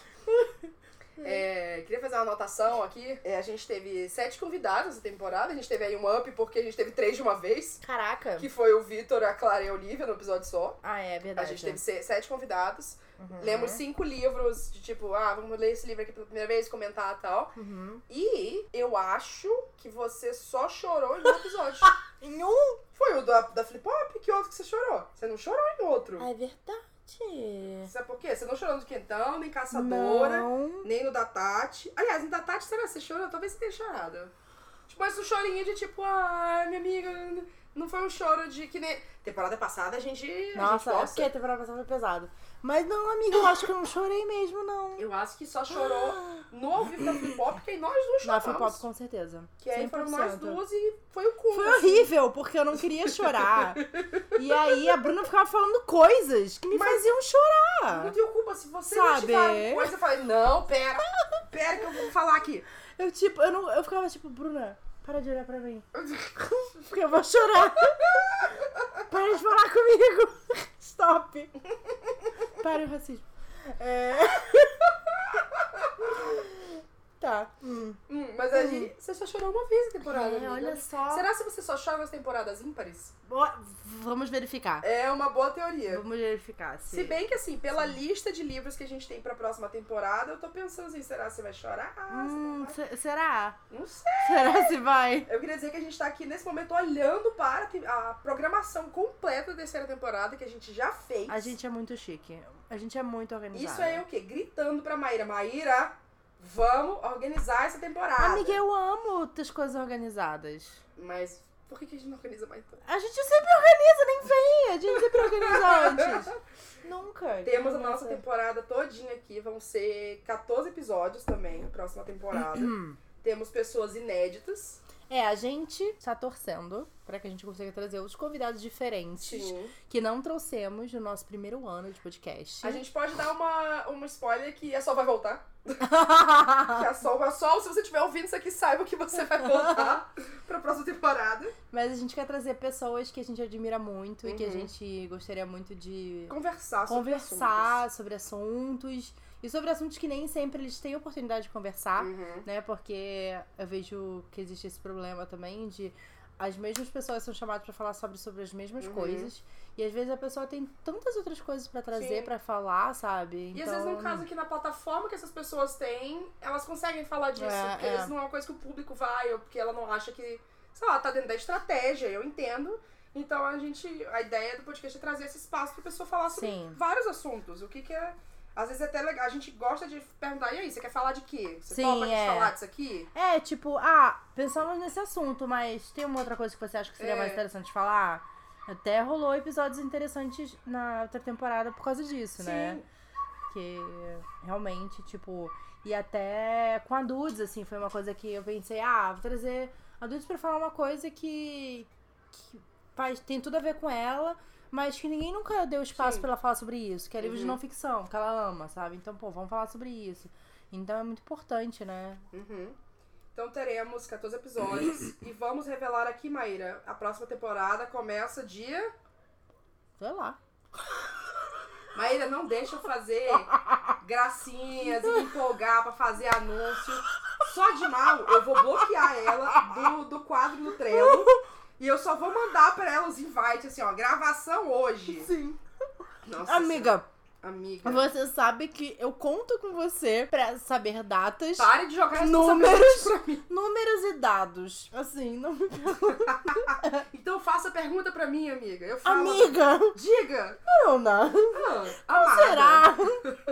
[SPEAKER 2] Hum.
[SPEAKER 1] É, queria fazer uma anotação aqui. É, a gente teve sete convidados essa temporada. A gente teve aí um up, porque a gente teve três de uma vez.
[SPEAKER 2] Caraca.
[SPEAKER 1] Que foi o Vitor, a Clara e a Olivia no episódio só.
[SPEAKER 2] Ah, é
[SPEAKER 1] A
[SPEAKER 2] verdade.
[SPEAKER 1] gente teve se- sete convidados.
[SPEAKER 2] Uhum.
[SPEAKER 1] Lemos cinco livros de tipo, ah, vamos ler esse livro aqui pela primeira vez, comentar e tal.
[SPEAKER 2] Uhum.
[SPEAKER 1] E eu acho que você só chorou em um episódio.
[SPEAKER 2] Em um?
[SPEAKER 1] foi o da, da Flip Hop, que outro que você chorou? Você não chorou em outro.
[SPEAKER 2] Ah, é verdade.
[SPEAKER 1] Sabe por quê? Você não chorou no Quentão, nem Caçadora,
[SPEAKER 2] Não.
[SPEAKER 1] nem no da Tati. Aliás, no da Tati, será que você chorou? Talvez você tenha chorado. Tipo, mas um chorinho de tipo, ai, minha amiga, não foi um choro de que nem... Temporada passada a gente...
[SPEAKER 2] Nossa,
[SPEAKER 1] a gente
[SPEAKER 2] é
[SPEAKER 1] gosta.
[SPEAKER 2] porque a temporada passada foi pesado. Mas não, amiga, eu acho que eu não chorei mesmo, não.
[SPEAKER 1] Eu acho que só chorou no ao vivo da Flip Hop, que aí nós duas
[SPEAKER 2] Na
[SPEAKER 1] choramos.
[SPEAKER 2] Flip Pop, com certeza.
[SPEAKER 1] Que aí foram nós
[SPEAKER 2] 100%.
[SPEAKER 1] duas e foi o assim. cúmulo.
[SPEAKER 2] Foi horrível, porque eu não queria chorar. E aí a Bruna ficava falando coisas que me faziam
[SPEAKER 1] Não
[SPEAKER 2] chorar.
[SPEAKER 1] tenho culpa se você
[SPEAKER 2] Sabe?
[SPEAKER 1] me coisa. Eu falei, não, pera, pera que eu vou falar aqui.
[SPEAKER 2] Eu tipo, eu não, eu ficava tipo, Bruna, para de olhar pra mim. Porque eu vou chorar. Para de falar comigo. Stop. Para o racismo. É... Tá. Hum.
[SPEAKER 1] Hum, mas aí você só chorou uma vez a temporada.
[SPEAKER 2] É,
[SPEAKER 1] amiga.
[SPEAKER 2] olha só.
[SPEAKER 1] Será se você só chora nas temporadas ímpares?
[SPEAKER 2] Ó, Vamos verificar.
[SPEAKER 1] É uma boa teoria.
[SPEAKER 2] Vamos verificar.
[SPEAKER 1] Se bem que, assim, pela lista de livros que a gente tem pra próxima temporada, eu tô pensando assim, será que você vai chorar? Ah, você não
[SPEAKER 2] Hum,
[SPEAKER 1] vai?
[SPEAKER 2] se- será?
[SPEAKER 1] Não sei.
[SPEAKER 2] Será se vai?
[SPEAKER 1] Eu queria dizer que a gente tá aqui, nesse momento, olhando para a te- a programação completa da terceira temporada, que a gente já fez.
[SPEAKER 3] A gente é muito chique. A gente é muito organizado.
[SPEAKER 1] Isso
[SPEAKER 2] né?
[SPEAKER 1] é o quê? Gritando pra Maíra. Maíra, vamos organizar essa temporada.
[SPEAKER 3] Amiga, eu amo as coisas organizadas.
[SPEAKER 1] Mas por que que a gente não organiza mais tanto?
[SPEAKER 3] A gente sempre organiza, nem vem. A gente sempre organiza antes.
[SPEAKER 2] Nunca.
[SPEAKER 1] Temos a nossa
[SPEAKER 2] É.
[SPEAKER 1] temporada todinha aqui, vão ser 14 episódios também, a próxima temporada. Temos pessoas inéditas.
[SPEAKER 2] É, a gente tá torcendo pra que a gente consiga trazer outros convidados diferentes que não trouxemos no nosso primeiro ano de podcast.
[SPEAKER 1] A gente pode dar uma, uma spoiler que a Sol vai voltar. Que a Sol, a Sol, se você estiver ouvindo isso aqui, saiba que você vai voltar pra próxima temporada.
[SPEAKER 2] Mas a gente quer trazer pessoas que a gente admira muito e que a
[SPEAKER 1] Uhum.
[SPEAKER 2] gente gostaria muito de
[SPEAKER 1] Conversar sobre
[SPEAKER 2] conversar sobre assuntos. E sobre assuntos que nem sempre eles têm oportunidade de conversar.
[SPEAKER 1] assuntos. Uhum.
[SPEAKER 2] né? Porque eu vejo que existe esse problema também de as mesmas pessoas são chamadas pra falar sobre, sobre as mesmas
[SPEAKER 1] Uhum.
[SPEAKER 2] coisas. E às vezes a pessoa tem tantas outras coisas pra trazer
[SPEAKER 1] Sim.
[SPEAKER 2] pra falar, sabe? Então,
[SPEAKER 1] E às vezes, um no caso aqui na plataforma que essas pessoas têm, elas conseguem falar disso.
[SPEAKER 2] É,
[SPEAKER 1] porque
[SPEAKER 2] é.
[SPEAKER 1] eles não é uma coisa que o público vai, ou porque ela não acha que, sei lá, tá dentro da estratégia, eu entendo. Então a gente. A ideia do podcast é trazer esse espaço pra pessoa falar sobre
[SPEAKER 2] Sim.
[SPEAKER 1] vários assuntos. O que, que é. Às vezes é até legal. A gente gosta de perguntar, e aí, você quer falar de quê? Você
[SPEAKER 2] Sim,
[SPEAKER 1] topa de
[SPEAKER 2] é.
[SPEAKER 1] falar disso aqui?
[SPEAKER 2] É, tipo, ah, pensamos nesse assunto, mas tem uma outra coisa que você acha que seria
[SPEAKER 1] É.
[SPEAKER 2] mais interessante falar? Até rolou episódios interessantes na outra temporada por causa disso, né? Porque realmente, tipo. E até com a Dudes, assim, foi uma coisa que eu pensei, ah, vou trazer a Dudes pra falar uma coisa que. que faz, tem tudo a ver com ela, mas que ninguém nunca deu espaço
[SPEAKER 1] Sim.
[SPEAKER 2] pra ela falar sobre isso, que é livro de
[SPEAKER 1] Uhum.
[SPEAKER 2] não ficção, que ela ama, sabe? Então, pô, vamos falar sobre isso. Então é muito importante, né?
[SPEAKER 1] Uhum. Então teremos 14 episódios. e vamos revelar aqui, Maíra. A próxima temporada começa dia.
[SPEAKER 2] Sei lá.
[SPEAKER 1] Maíra, não deixa eu fazer gracinhas e me empolgar pra fazer anúncio. Só de mal, eu vou bloquear ela do, do quadro do Trello. E eu só vou mandar pra ela os invites, assim, ó. Gravação hoje.
[SPEAKER 2] Sim.
[SPEAKER 1] Nossa
[SPEAKER 2] Amiga,
[SPEAKER 1] senhora, É. Amiga.
[SPEAKER 2] você sabe que eu conto com você pra saber datas,
[SPEAKER 1] Pare de jogar
[SPEAKER 2] Números.
[SPEAKER 1] responsabilidade pra mim.
[SPEAKER 2] números e dados. Assim, não me
[SPEAKER 1] Então faça a pergunta pra mim, amiga. Eu falo.
[SPEAKER 2] Amiga,
[SPEAKER 1] Diga.
[SPEAKER 2] Bruna,
[SPEAKER 1] Ah, amada.
[SPEAKER 2] será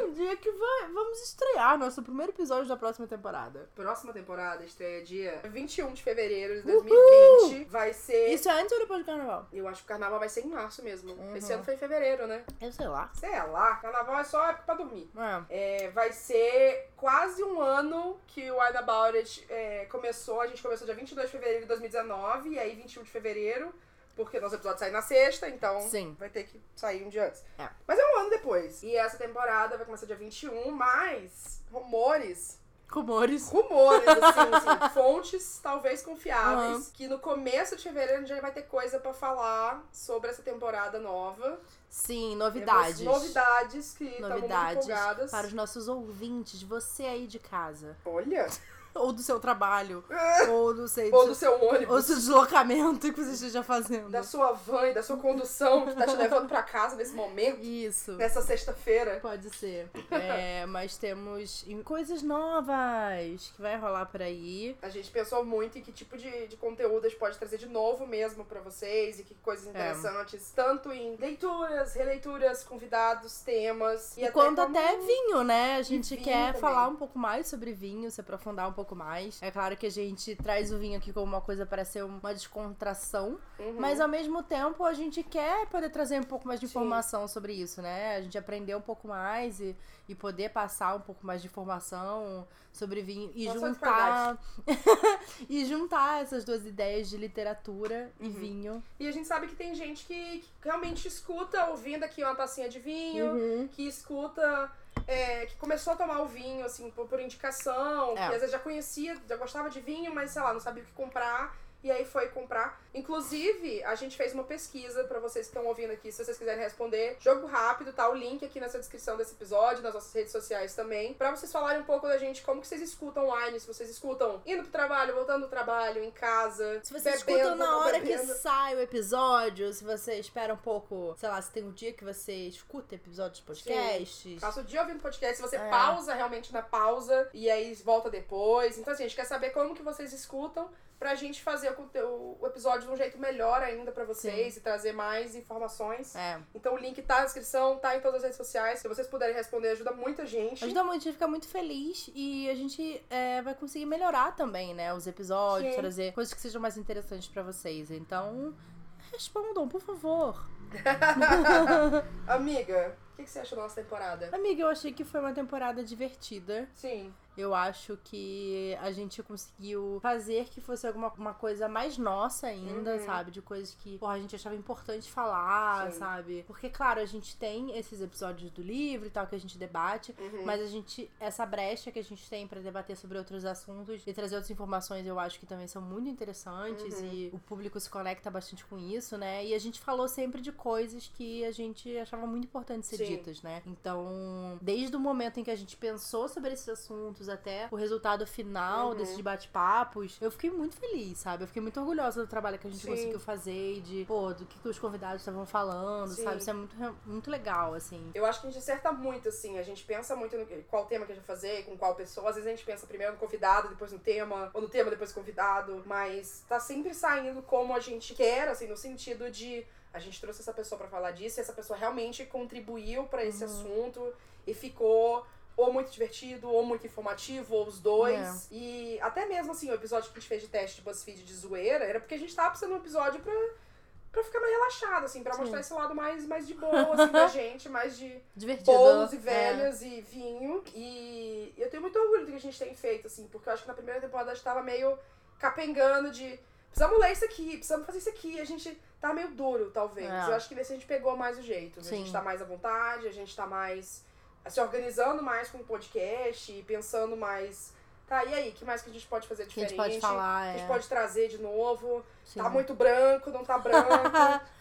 [SPEAKER 2] um dia que va- vamos estrear nosso primeiro episódio da próxima temporada?
[SPEAKER 1] Próxima temporada estreia dia 21 de fevereiro de 2020. Vai ser.
[SPEAKER 2] Isso é antes ou depois do carnaval?
[SPEAKER 1] Eu acho que o carnaval vai ser em março mesmo.
[SPEAKER 2] Uhum.
[SPEAKER 1] Esse ano foi em fevereiro, né?
[SPEAKER 2] Eu sei lá.
[SPEAKER 1] Sei lá, carnaval é só época pra dormir.
[SPEAKER 2] É.
[SPEAKER 1] É, vai ser quase um ano que o Wine About It é, começou. A gente começou dia 22 de fevereiro de 2019 e aí 21 de fevereiro, porque nosso episódio sai na sexta, então
[SPEAKER 2] Sim.
[SPEAKER 1] vai ter que sair um dia antes.
[SPEAKER 2] É.
[SPEAKER 1] Mas é um ano depois. E essa temporada vai começar dia 21, mas rumores
[SPEAKER 2] Rumores.
[SPEAKER 1] rumores, assim, assim, fontes talvez confiáveis, que no começo de fevereiro a gente já vai ter coisa pra falar sobre essa temporada nova.
[SPEAKER 2] Sim,
[SPEAKER 1] Temos
[SPEAKER 2] novidades.
[SPEAKER 1] Novidades que estão muito
[SPEAKER 2] Novidades
[SPEAKER 1] empolgadas.
[SPEAKER 2] para os nossos ouvintes, você aí de casa.
[SPEAKER 1] Olha,
[SPEAKER 2] Ou do seu trabalho. ou do sei.
[SPEAKER 1] É. ou do seu ônibus,
[SPEAKER 2] ou do seu deslocamento que você esteja fazendo.
[SPEAKER 1] da sua van e da sua condução que tá te levando pra casa nesse momento,
[SPEAKER 2] Isso.
[SPEAKER 1] nessa sexta-feira.
[SPEAKER 2] Pode ser. É, mas temos em- coisas novas que vai rolar por aí.
[SPEAKER 1] A gente pensou muito em que tipo de, de conteúdo a gente pode trazer de novo mesmo pra vocês e que
[SPEAKER 2] É.
[SPEAKER 1] coisas interessantes, tanto em leituras, releituras, convidados, temas.
[SPEAKER 2] E, quanto
[SPEAKER 1] como-
[SPEAKER 2] até vinho, né? A gente
[SPEAKER 1] vinho
[SPEAKER 2] quer
[SPEAKER 1] também.
[SPEAKER 2] falar um pouco mais sobre vinho, se aprofundar um pouco mais. É claro que a gente traz o vinho aqui como uma coisa para ser uma descontração,
[SPEAKER 1] Uhum.
[SPEAKER 2] mas ao mesmo tempo a gente quer poder trazer um pouco mais de
[SPEAKER 1] Sim.
[SPEAKER 2] informação sobre isso, né? A gente aprender um pouco mais e, e poder passar um pouco mais de informação sobre vinho e
[SPEAKER 1] Nossa, de
[SPEAKER 2] juntar e juntar essas duas ideias de literatura e
[SPEAKER 1] Uhum.
[SPEAKER 2] vinho.
[SPEAKER 1] E a gente sabe que tem gente que, que realmente escuta ouvindo aqui uma tacinha de vinho,
[SPEAKER 2] Uhum.
[SPEAKER 1] que escuta, é, que começou a tomar o vinho, assim, por, por indicação,
[SPEAKER 2] É.
[SPEAKER 1] que às vezes já conhecia, já gostava de vinho, mas sei lá, não sabia o que comprar. E aí foi comprar. Inclusive, a gente fez uma pesquisa pra vocês que estão ouvindo aqui, se vocês quiserem responder. Jogo rápido, tá o link aqui nessa descrição desse episódio, nas nossas redes sociais também. Pra vocês falarem um pouco da gente, como que vocês escutam wine, se vocês escutam indo pro trabalho, voltando do trabalho, em casa.
[SPEAKER 2] Se vocês
[SPEAKER 1] bebendo,
[SPEAKER 2] escutam na
[SPEAKER 1] não
[SPEAKER 2] hora
[SPEAKER 1] bebendo.
[SPEAKER 2] que sai o episódio, se você espera um pouco, sei lá, se tem um dia que você escuta episódios de podcasts.
[SPEAKER 1] Passa o dia ouvindo podcast, se você
[SPEAKER 2] É.
[SPEAKER 1] pausa realmente na pausa e aí volta depois. Então, assim, a gente quer saber como que vocês escutam pra gente fazer o, conte- o episódio de um jeito melhor ainda pra vocês e trazer mais informações.
[SPEAKER 2] É.
[SPEAKER 1] Então o link tá na descrição, tá em todas as redes sociais. Se vocês puderem responder, ajuda muita gente.
[SPEAKER 2] Ajuda muito, a gente fica muito feliz e a gente é, vai conseguir melhorar também, né? Os episódios,
[SPEAKER 1] Sim.
[SPEAKER 2] trazer coisas que sejam mais interessantes pra vocês. Então, respondam, por favor.
[SPEAKER 1] Amiga, o que, que você achou da nossa temporada?
[SPEAKER 2] Amiga, eu achei que foi uma temporada divertida.
[SPEAKER 1] Sim.
[SPEAKER 2] Eu acho que a gente conseguiu fazer que fosse alguma uma coisa mais nossa ainda,
[SPEAKER 1] Uhum.
[SPEAKER 2] sabe? De coisas que porra, a gente achava importante falar,
[SPEAKER 1] Sim.
[SPEAKER 2] sabe? Porque, claro, a gente tem esses episódios do livro e tal que a gente debate.
[SPEAKER 1] Uhum.
[SPEAKER 2] Mas a gente, essa brecha que a gente tem pra debater sobre outros assuntos e trazer outras informações, eu acho que também são muito interessantes
[SPEAKER 1] Uhum.
[SPEAKER 2] e o público se conecta bastante com isso, né? E a gente falou sempre de coisas que a gente achava muito importante ser
[SPEAKER 1] Sim.
[SPEAKER 2] ditas, né? Então, desde o momento em que a gente pensou sobre esses assuntos até o resultado final
[SPEAKER 1] Uhum.
[SPEAKER 2] desses bate-papos, eu fiquei muito feliz, sabe? Eu fiquei muito orgulhosa do trabalho que a gente
[SPEAKER 1] Sim.
[SPEAKER 2] conseguiu fazer e de, pô, do que, que os convidados estavam falando,
[SPEAKER 1] Sim.
[SPEAKER 2] sabe? Isso é muito, muito legal, assim.
[SPEAKER 1] Eu acho que a gente acerta muito, assim. A gente pensa muito no que- qual tema que a gente vai fazer, com qual pessoa. Às vezes a gente pensa primeiro no convidado, depois no tema, ou no tema, depois no convidado. Mas tá sempre saindo como a gente quer, assim, no sentido de a gente trouxe essa pessoa pra falar disso, e essa pessoa realmente contribuiu pra esse
[SPEAKER 2] Uhum.
[SPEAKER 1] assunto e ficou ou muito divertido, ou muito informativo, ou os
[SPEAKER 2] É.
[SPEAKER 1] dois. E até mesmo assim, o episódio que a gente fez de teste de BuzzFeed de zoeira, era porque a gente tava precisando de um episódio pra, pra ficar mais relaxado, assim, pra
[SPEAKER 2] Sim.
[SPEAKER 1] mostrar esse lado mais, mais de boa, assim, da gente, mais de
[SPEAKER 2] Divertido.
[SPEAKER 1] bolos e
[SPEAKER 2] é.
[SPEAKER 1] velhas e vinho. E eu tenho muito orgulho do que a gente tem feito, assim, porque eu acho que na primeira temporada a gente tava meio capengando de. Precisamos ler isso aqui, precisamos fazer isso aqui. A gente tá meio duro, talvez.
[SPEAKER 2] É.
[SPEAKER 1] Eu acho que nesse a gente pegou mais o jeito. né? A gente
[SPEAKER 2] Sim.
[SPEAKER 1] tá mais à vontade, a gente tá mais. se organizando mais com o podcast e pensando mais. Tá, e aí? O que mais que a gente pode fazer
[SPEAKER 2] que a
[SPEAKER 1] diferente? Tipo, tá
[SPEAKER 2] gente pode falar,
[SPEAKER 1] O que a
[SPEAKER 2] é.
[SPEAKER 1] gente pode trazer de novo?
[SPEAKER 2] Sim.
[SPEAKER 1] Tá muito branco, não tá branco.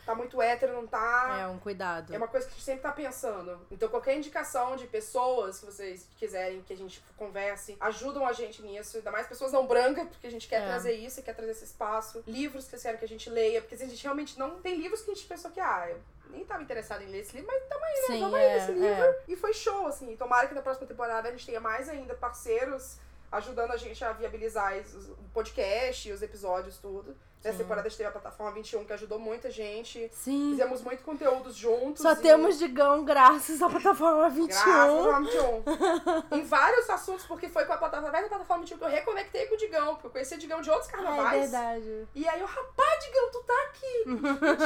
[SPEAKER 1] tá muito hétero, não tá.
[SPEAKER 2] É um cuidado.
[SPEAKER 1] É uma coisa que a gente sempre tá pensando. Então, qualquer indicação de pessoas que vocês quiserem que a gente converse, ajudam a gente nisso. Ainda mais pessoas não brancas, porque a gente quer
[SPEAKER 2] É.
[SPEAKER 1] trazer isso e quer trazer esse espaço. Livros que vocês querem que a gente leia, porque assim, a gente realmente não. Tem livros que a gente pensou que, ah, eu nem tava interessado em ler esse livro, mas tá
[SPEAKER 2] Sim,
[SPEAKER 1] vamos
[SPEAKER 2] é,
[SPEAKER 1] aí nesse livro.
[SPEAKER 2] é.
[SPEAKER 1] E foi show, assim. E Tomara que na próxima temporada a gente tenha mais ainda parceiros ajudando a gente a viabilizar es- os- o podcast, os episódios, tudo. Nessa
[SPEAKER 2] Sim.
[SPEAKER 1] temporada a gente teve a plataforma 21, que ajudou muita gente.
[SPEAKER 2] Sim.
[SPEAKER 1] Fizemos muito conteúdos juntos.
[SPEAKER 2] Só
[SPEAKER 1] e-
[SPEAKER 2] temos Digão graças à plataforma
[SPEAKER 1] um Graças
[SPEAKER 2] 21.
[SPEAKER 1] ao 21. em vários assuntos, porque foi com a plataforma, através da plataforma 21 que eu reconectei com o Digão, porque eu conheci o Digão de outros
[SPEAKER 2] É
[SPEAKER 1] carnavais.
[SPEAKER 2] verdade.
[SPEAKER 1] e aí, eu, rapaz, Digão, tu tá aqui!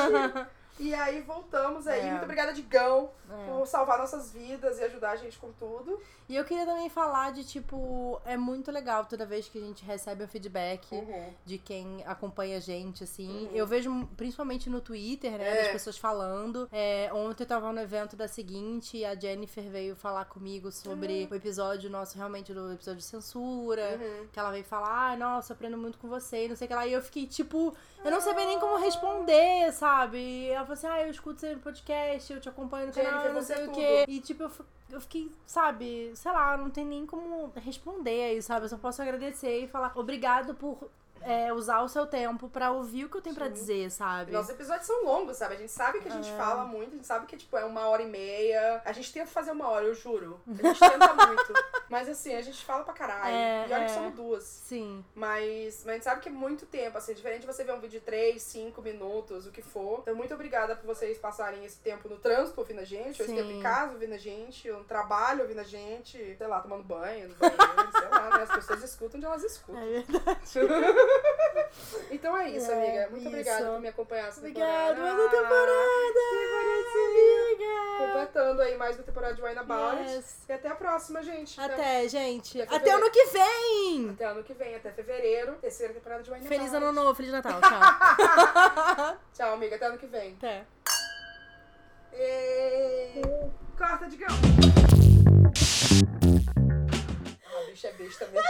[SPEAKER 1] e aí voltamos aí.
[SPEAKER 2] É.
[SPEAKER 1] Muito obrigada, Digão,
[SPEAKER 2] É.
[SPEAKER 1] por salvar nossas vidas e ajudar a gente com tudo.
[SPEAKER 2] E eu queria também falar de, tipo, é muito legal toda vez que a gente recebe um feedback
[SPEAKER 1] Uhum.
[SPEAKER 2] de quem acompanha a gente, assim.
[SPEAKER 1] Uhum.
[SPEAKER 2] Eu vejo principalmente no Twitter, né,
[SPEAKER 1] É.
[SPEAKER 2] das pessoas falando. É, ontem eu tava no evento da seguinte e a Jennifer veio falar comigo sobre o episódio nosso, realmente, do episódio de censura.
[SPEAKER 1] Uhum.
[SPEAKER 2] Que ela veio falar, ah, nossa, aprendo muito com você, e não sei o que lá. E eu fiquei, tipo, eu não sabia nem como responder, sabe? E ela falou assim, ah, eu escuto você no podcast, eu te acompanho no canal,
[SPEAKER 1] Jennifer,
[SPEAKER 2] não
[SPEAKER 1] você
[SPEAKER 2] sei
[SPEAKER 1] é
[SPEAKER 2] o quê. E, tipo, eu, fi- eu fiquei, sabe, sei lá, não tem nem como responder aí, sabe? Eu só posso agradecer e falar, obrigado por é, usar o seu tempo pra ouvir o que eu tenho pra
[SPEAKER 1] Sim.
[SPEAKER 2] dizer, sabe?
[SPEAKER 1] Nossos episódios são longos, sabe? A gente sabe que a
[SPEAKER 2] É.
[SPEAKER 1] gente fala muito, a gente sabe que tipo, é uma hora e meia. A gente tenta fazer uma hora, eu juro. A gente tenta muito. Mas assim, a gente fala pra caralho.
[SPEAKER 2] É,
[SPEAKER 1] e olha
[SPEAKER 2] é.
[SPEAKER 1] que são duas.
[SPEAKER 2] Sim,
[SPEAKER 1] Mas, mas a gente sabe que é muito tempo, assim, é diferente você ver um vídeo de 3, 5 minutos, o que for. Então, muito obrigada por vocês passarem esse tempo no trânsito ouvindo a gente, ou esse
[SPEAKER 2] Sim.
[SPEAKER 1] tempo em casa ouvindo a gente, ou no trabalho ouvindo a gente, sei lá, tomando banho, no banheiro, sei lá, né? As pessoas escutam onde elas escutam.
[SPEAKER 2] é verdade.
[SPEAKER 1] Então é isso,
[SPEAKER 2] É,
[SPEAKER 1] amiga. Muito
[SPEAKER 2] isso.
[SPEAKER 1] obrigada por me acompanhar essa temporada.
[SPEAKER 2] Obrigado, mais uma temporada!
[SPEAKER 1] Completando aí mais uma temporada de Wine About.
[SPEAKER 2] Yes.
[SPEAKER 1] E até a próxima, gente.
[SPEAKER 2] Até, gente.
[SPEAKER 1] Até
[SPEAKER 2] Até ano que vem!
[SPEAKER 1] Até ano que vem, até fevereiro. Terceira temporada de Wine
[SPEAKER 2] Feliz
[SPEAKER 1] About.
[SPEAKER 2] ano novo, feliz Natal, tchau.
[SPEAKER 1] Tchau, amiga. Até ano que vem.
[SPEAKER 2] Até.
[SPEAKER 1] E... Corta, Digão! A bicha é besta mesmo.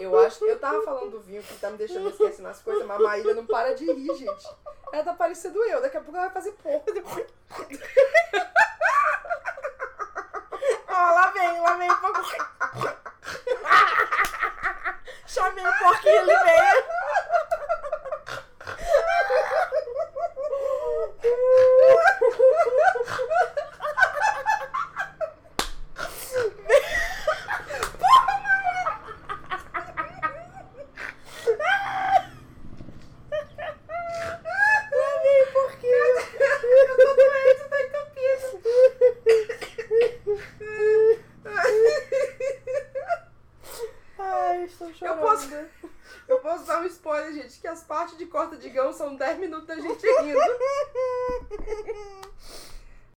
[SPEAKER 1] Eu acho que eu tava falando do vinho que tá me deixando esquecendo as coisas, mas a Maíra não para de rir, gente. Ela tá parecendo eu, daqui a pouco ela vai fazer pouco.
[SPEAKER 4] Ó, lá vem, lá vem. pra- Chamei o porquinho, ele veio. Lá vem o porquinho. Eu tô doente, eu tô Ai, estou chorando.
[SPEAKER 1] posso- Eu posso dar um spoiler, gente, que as partes de corta de gão são 10 minutos da gente rindo.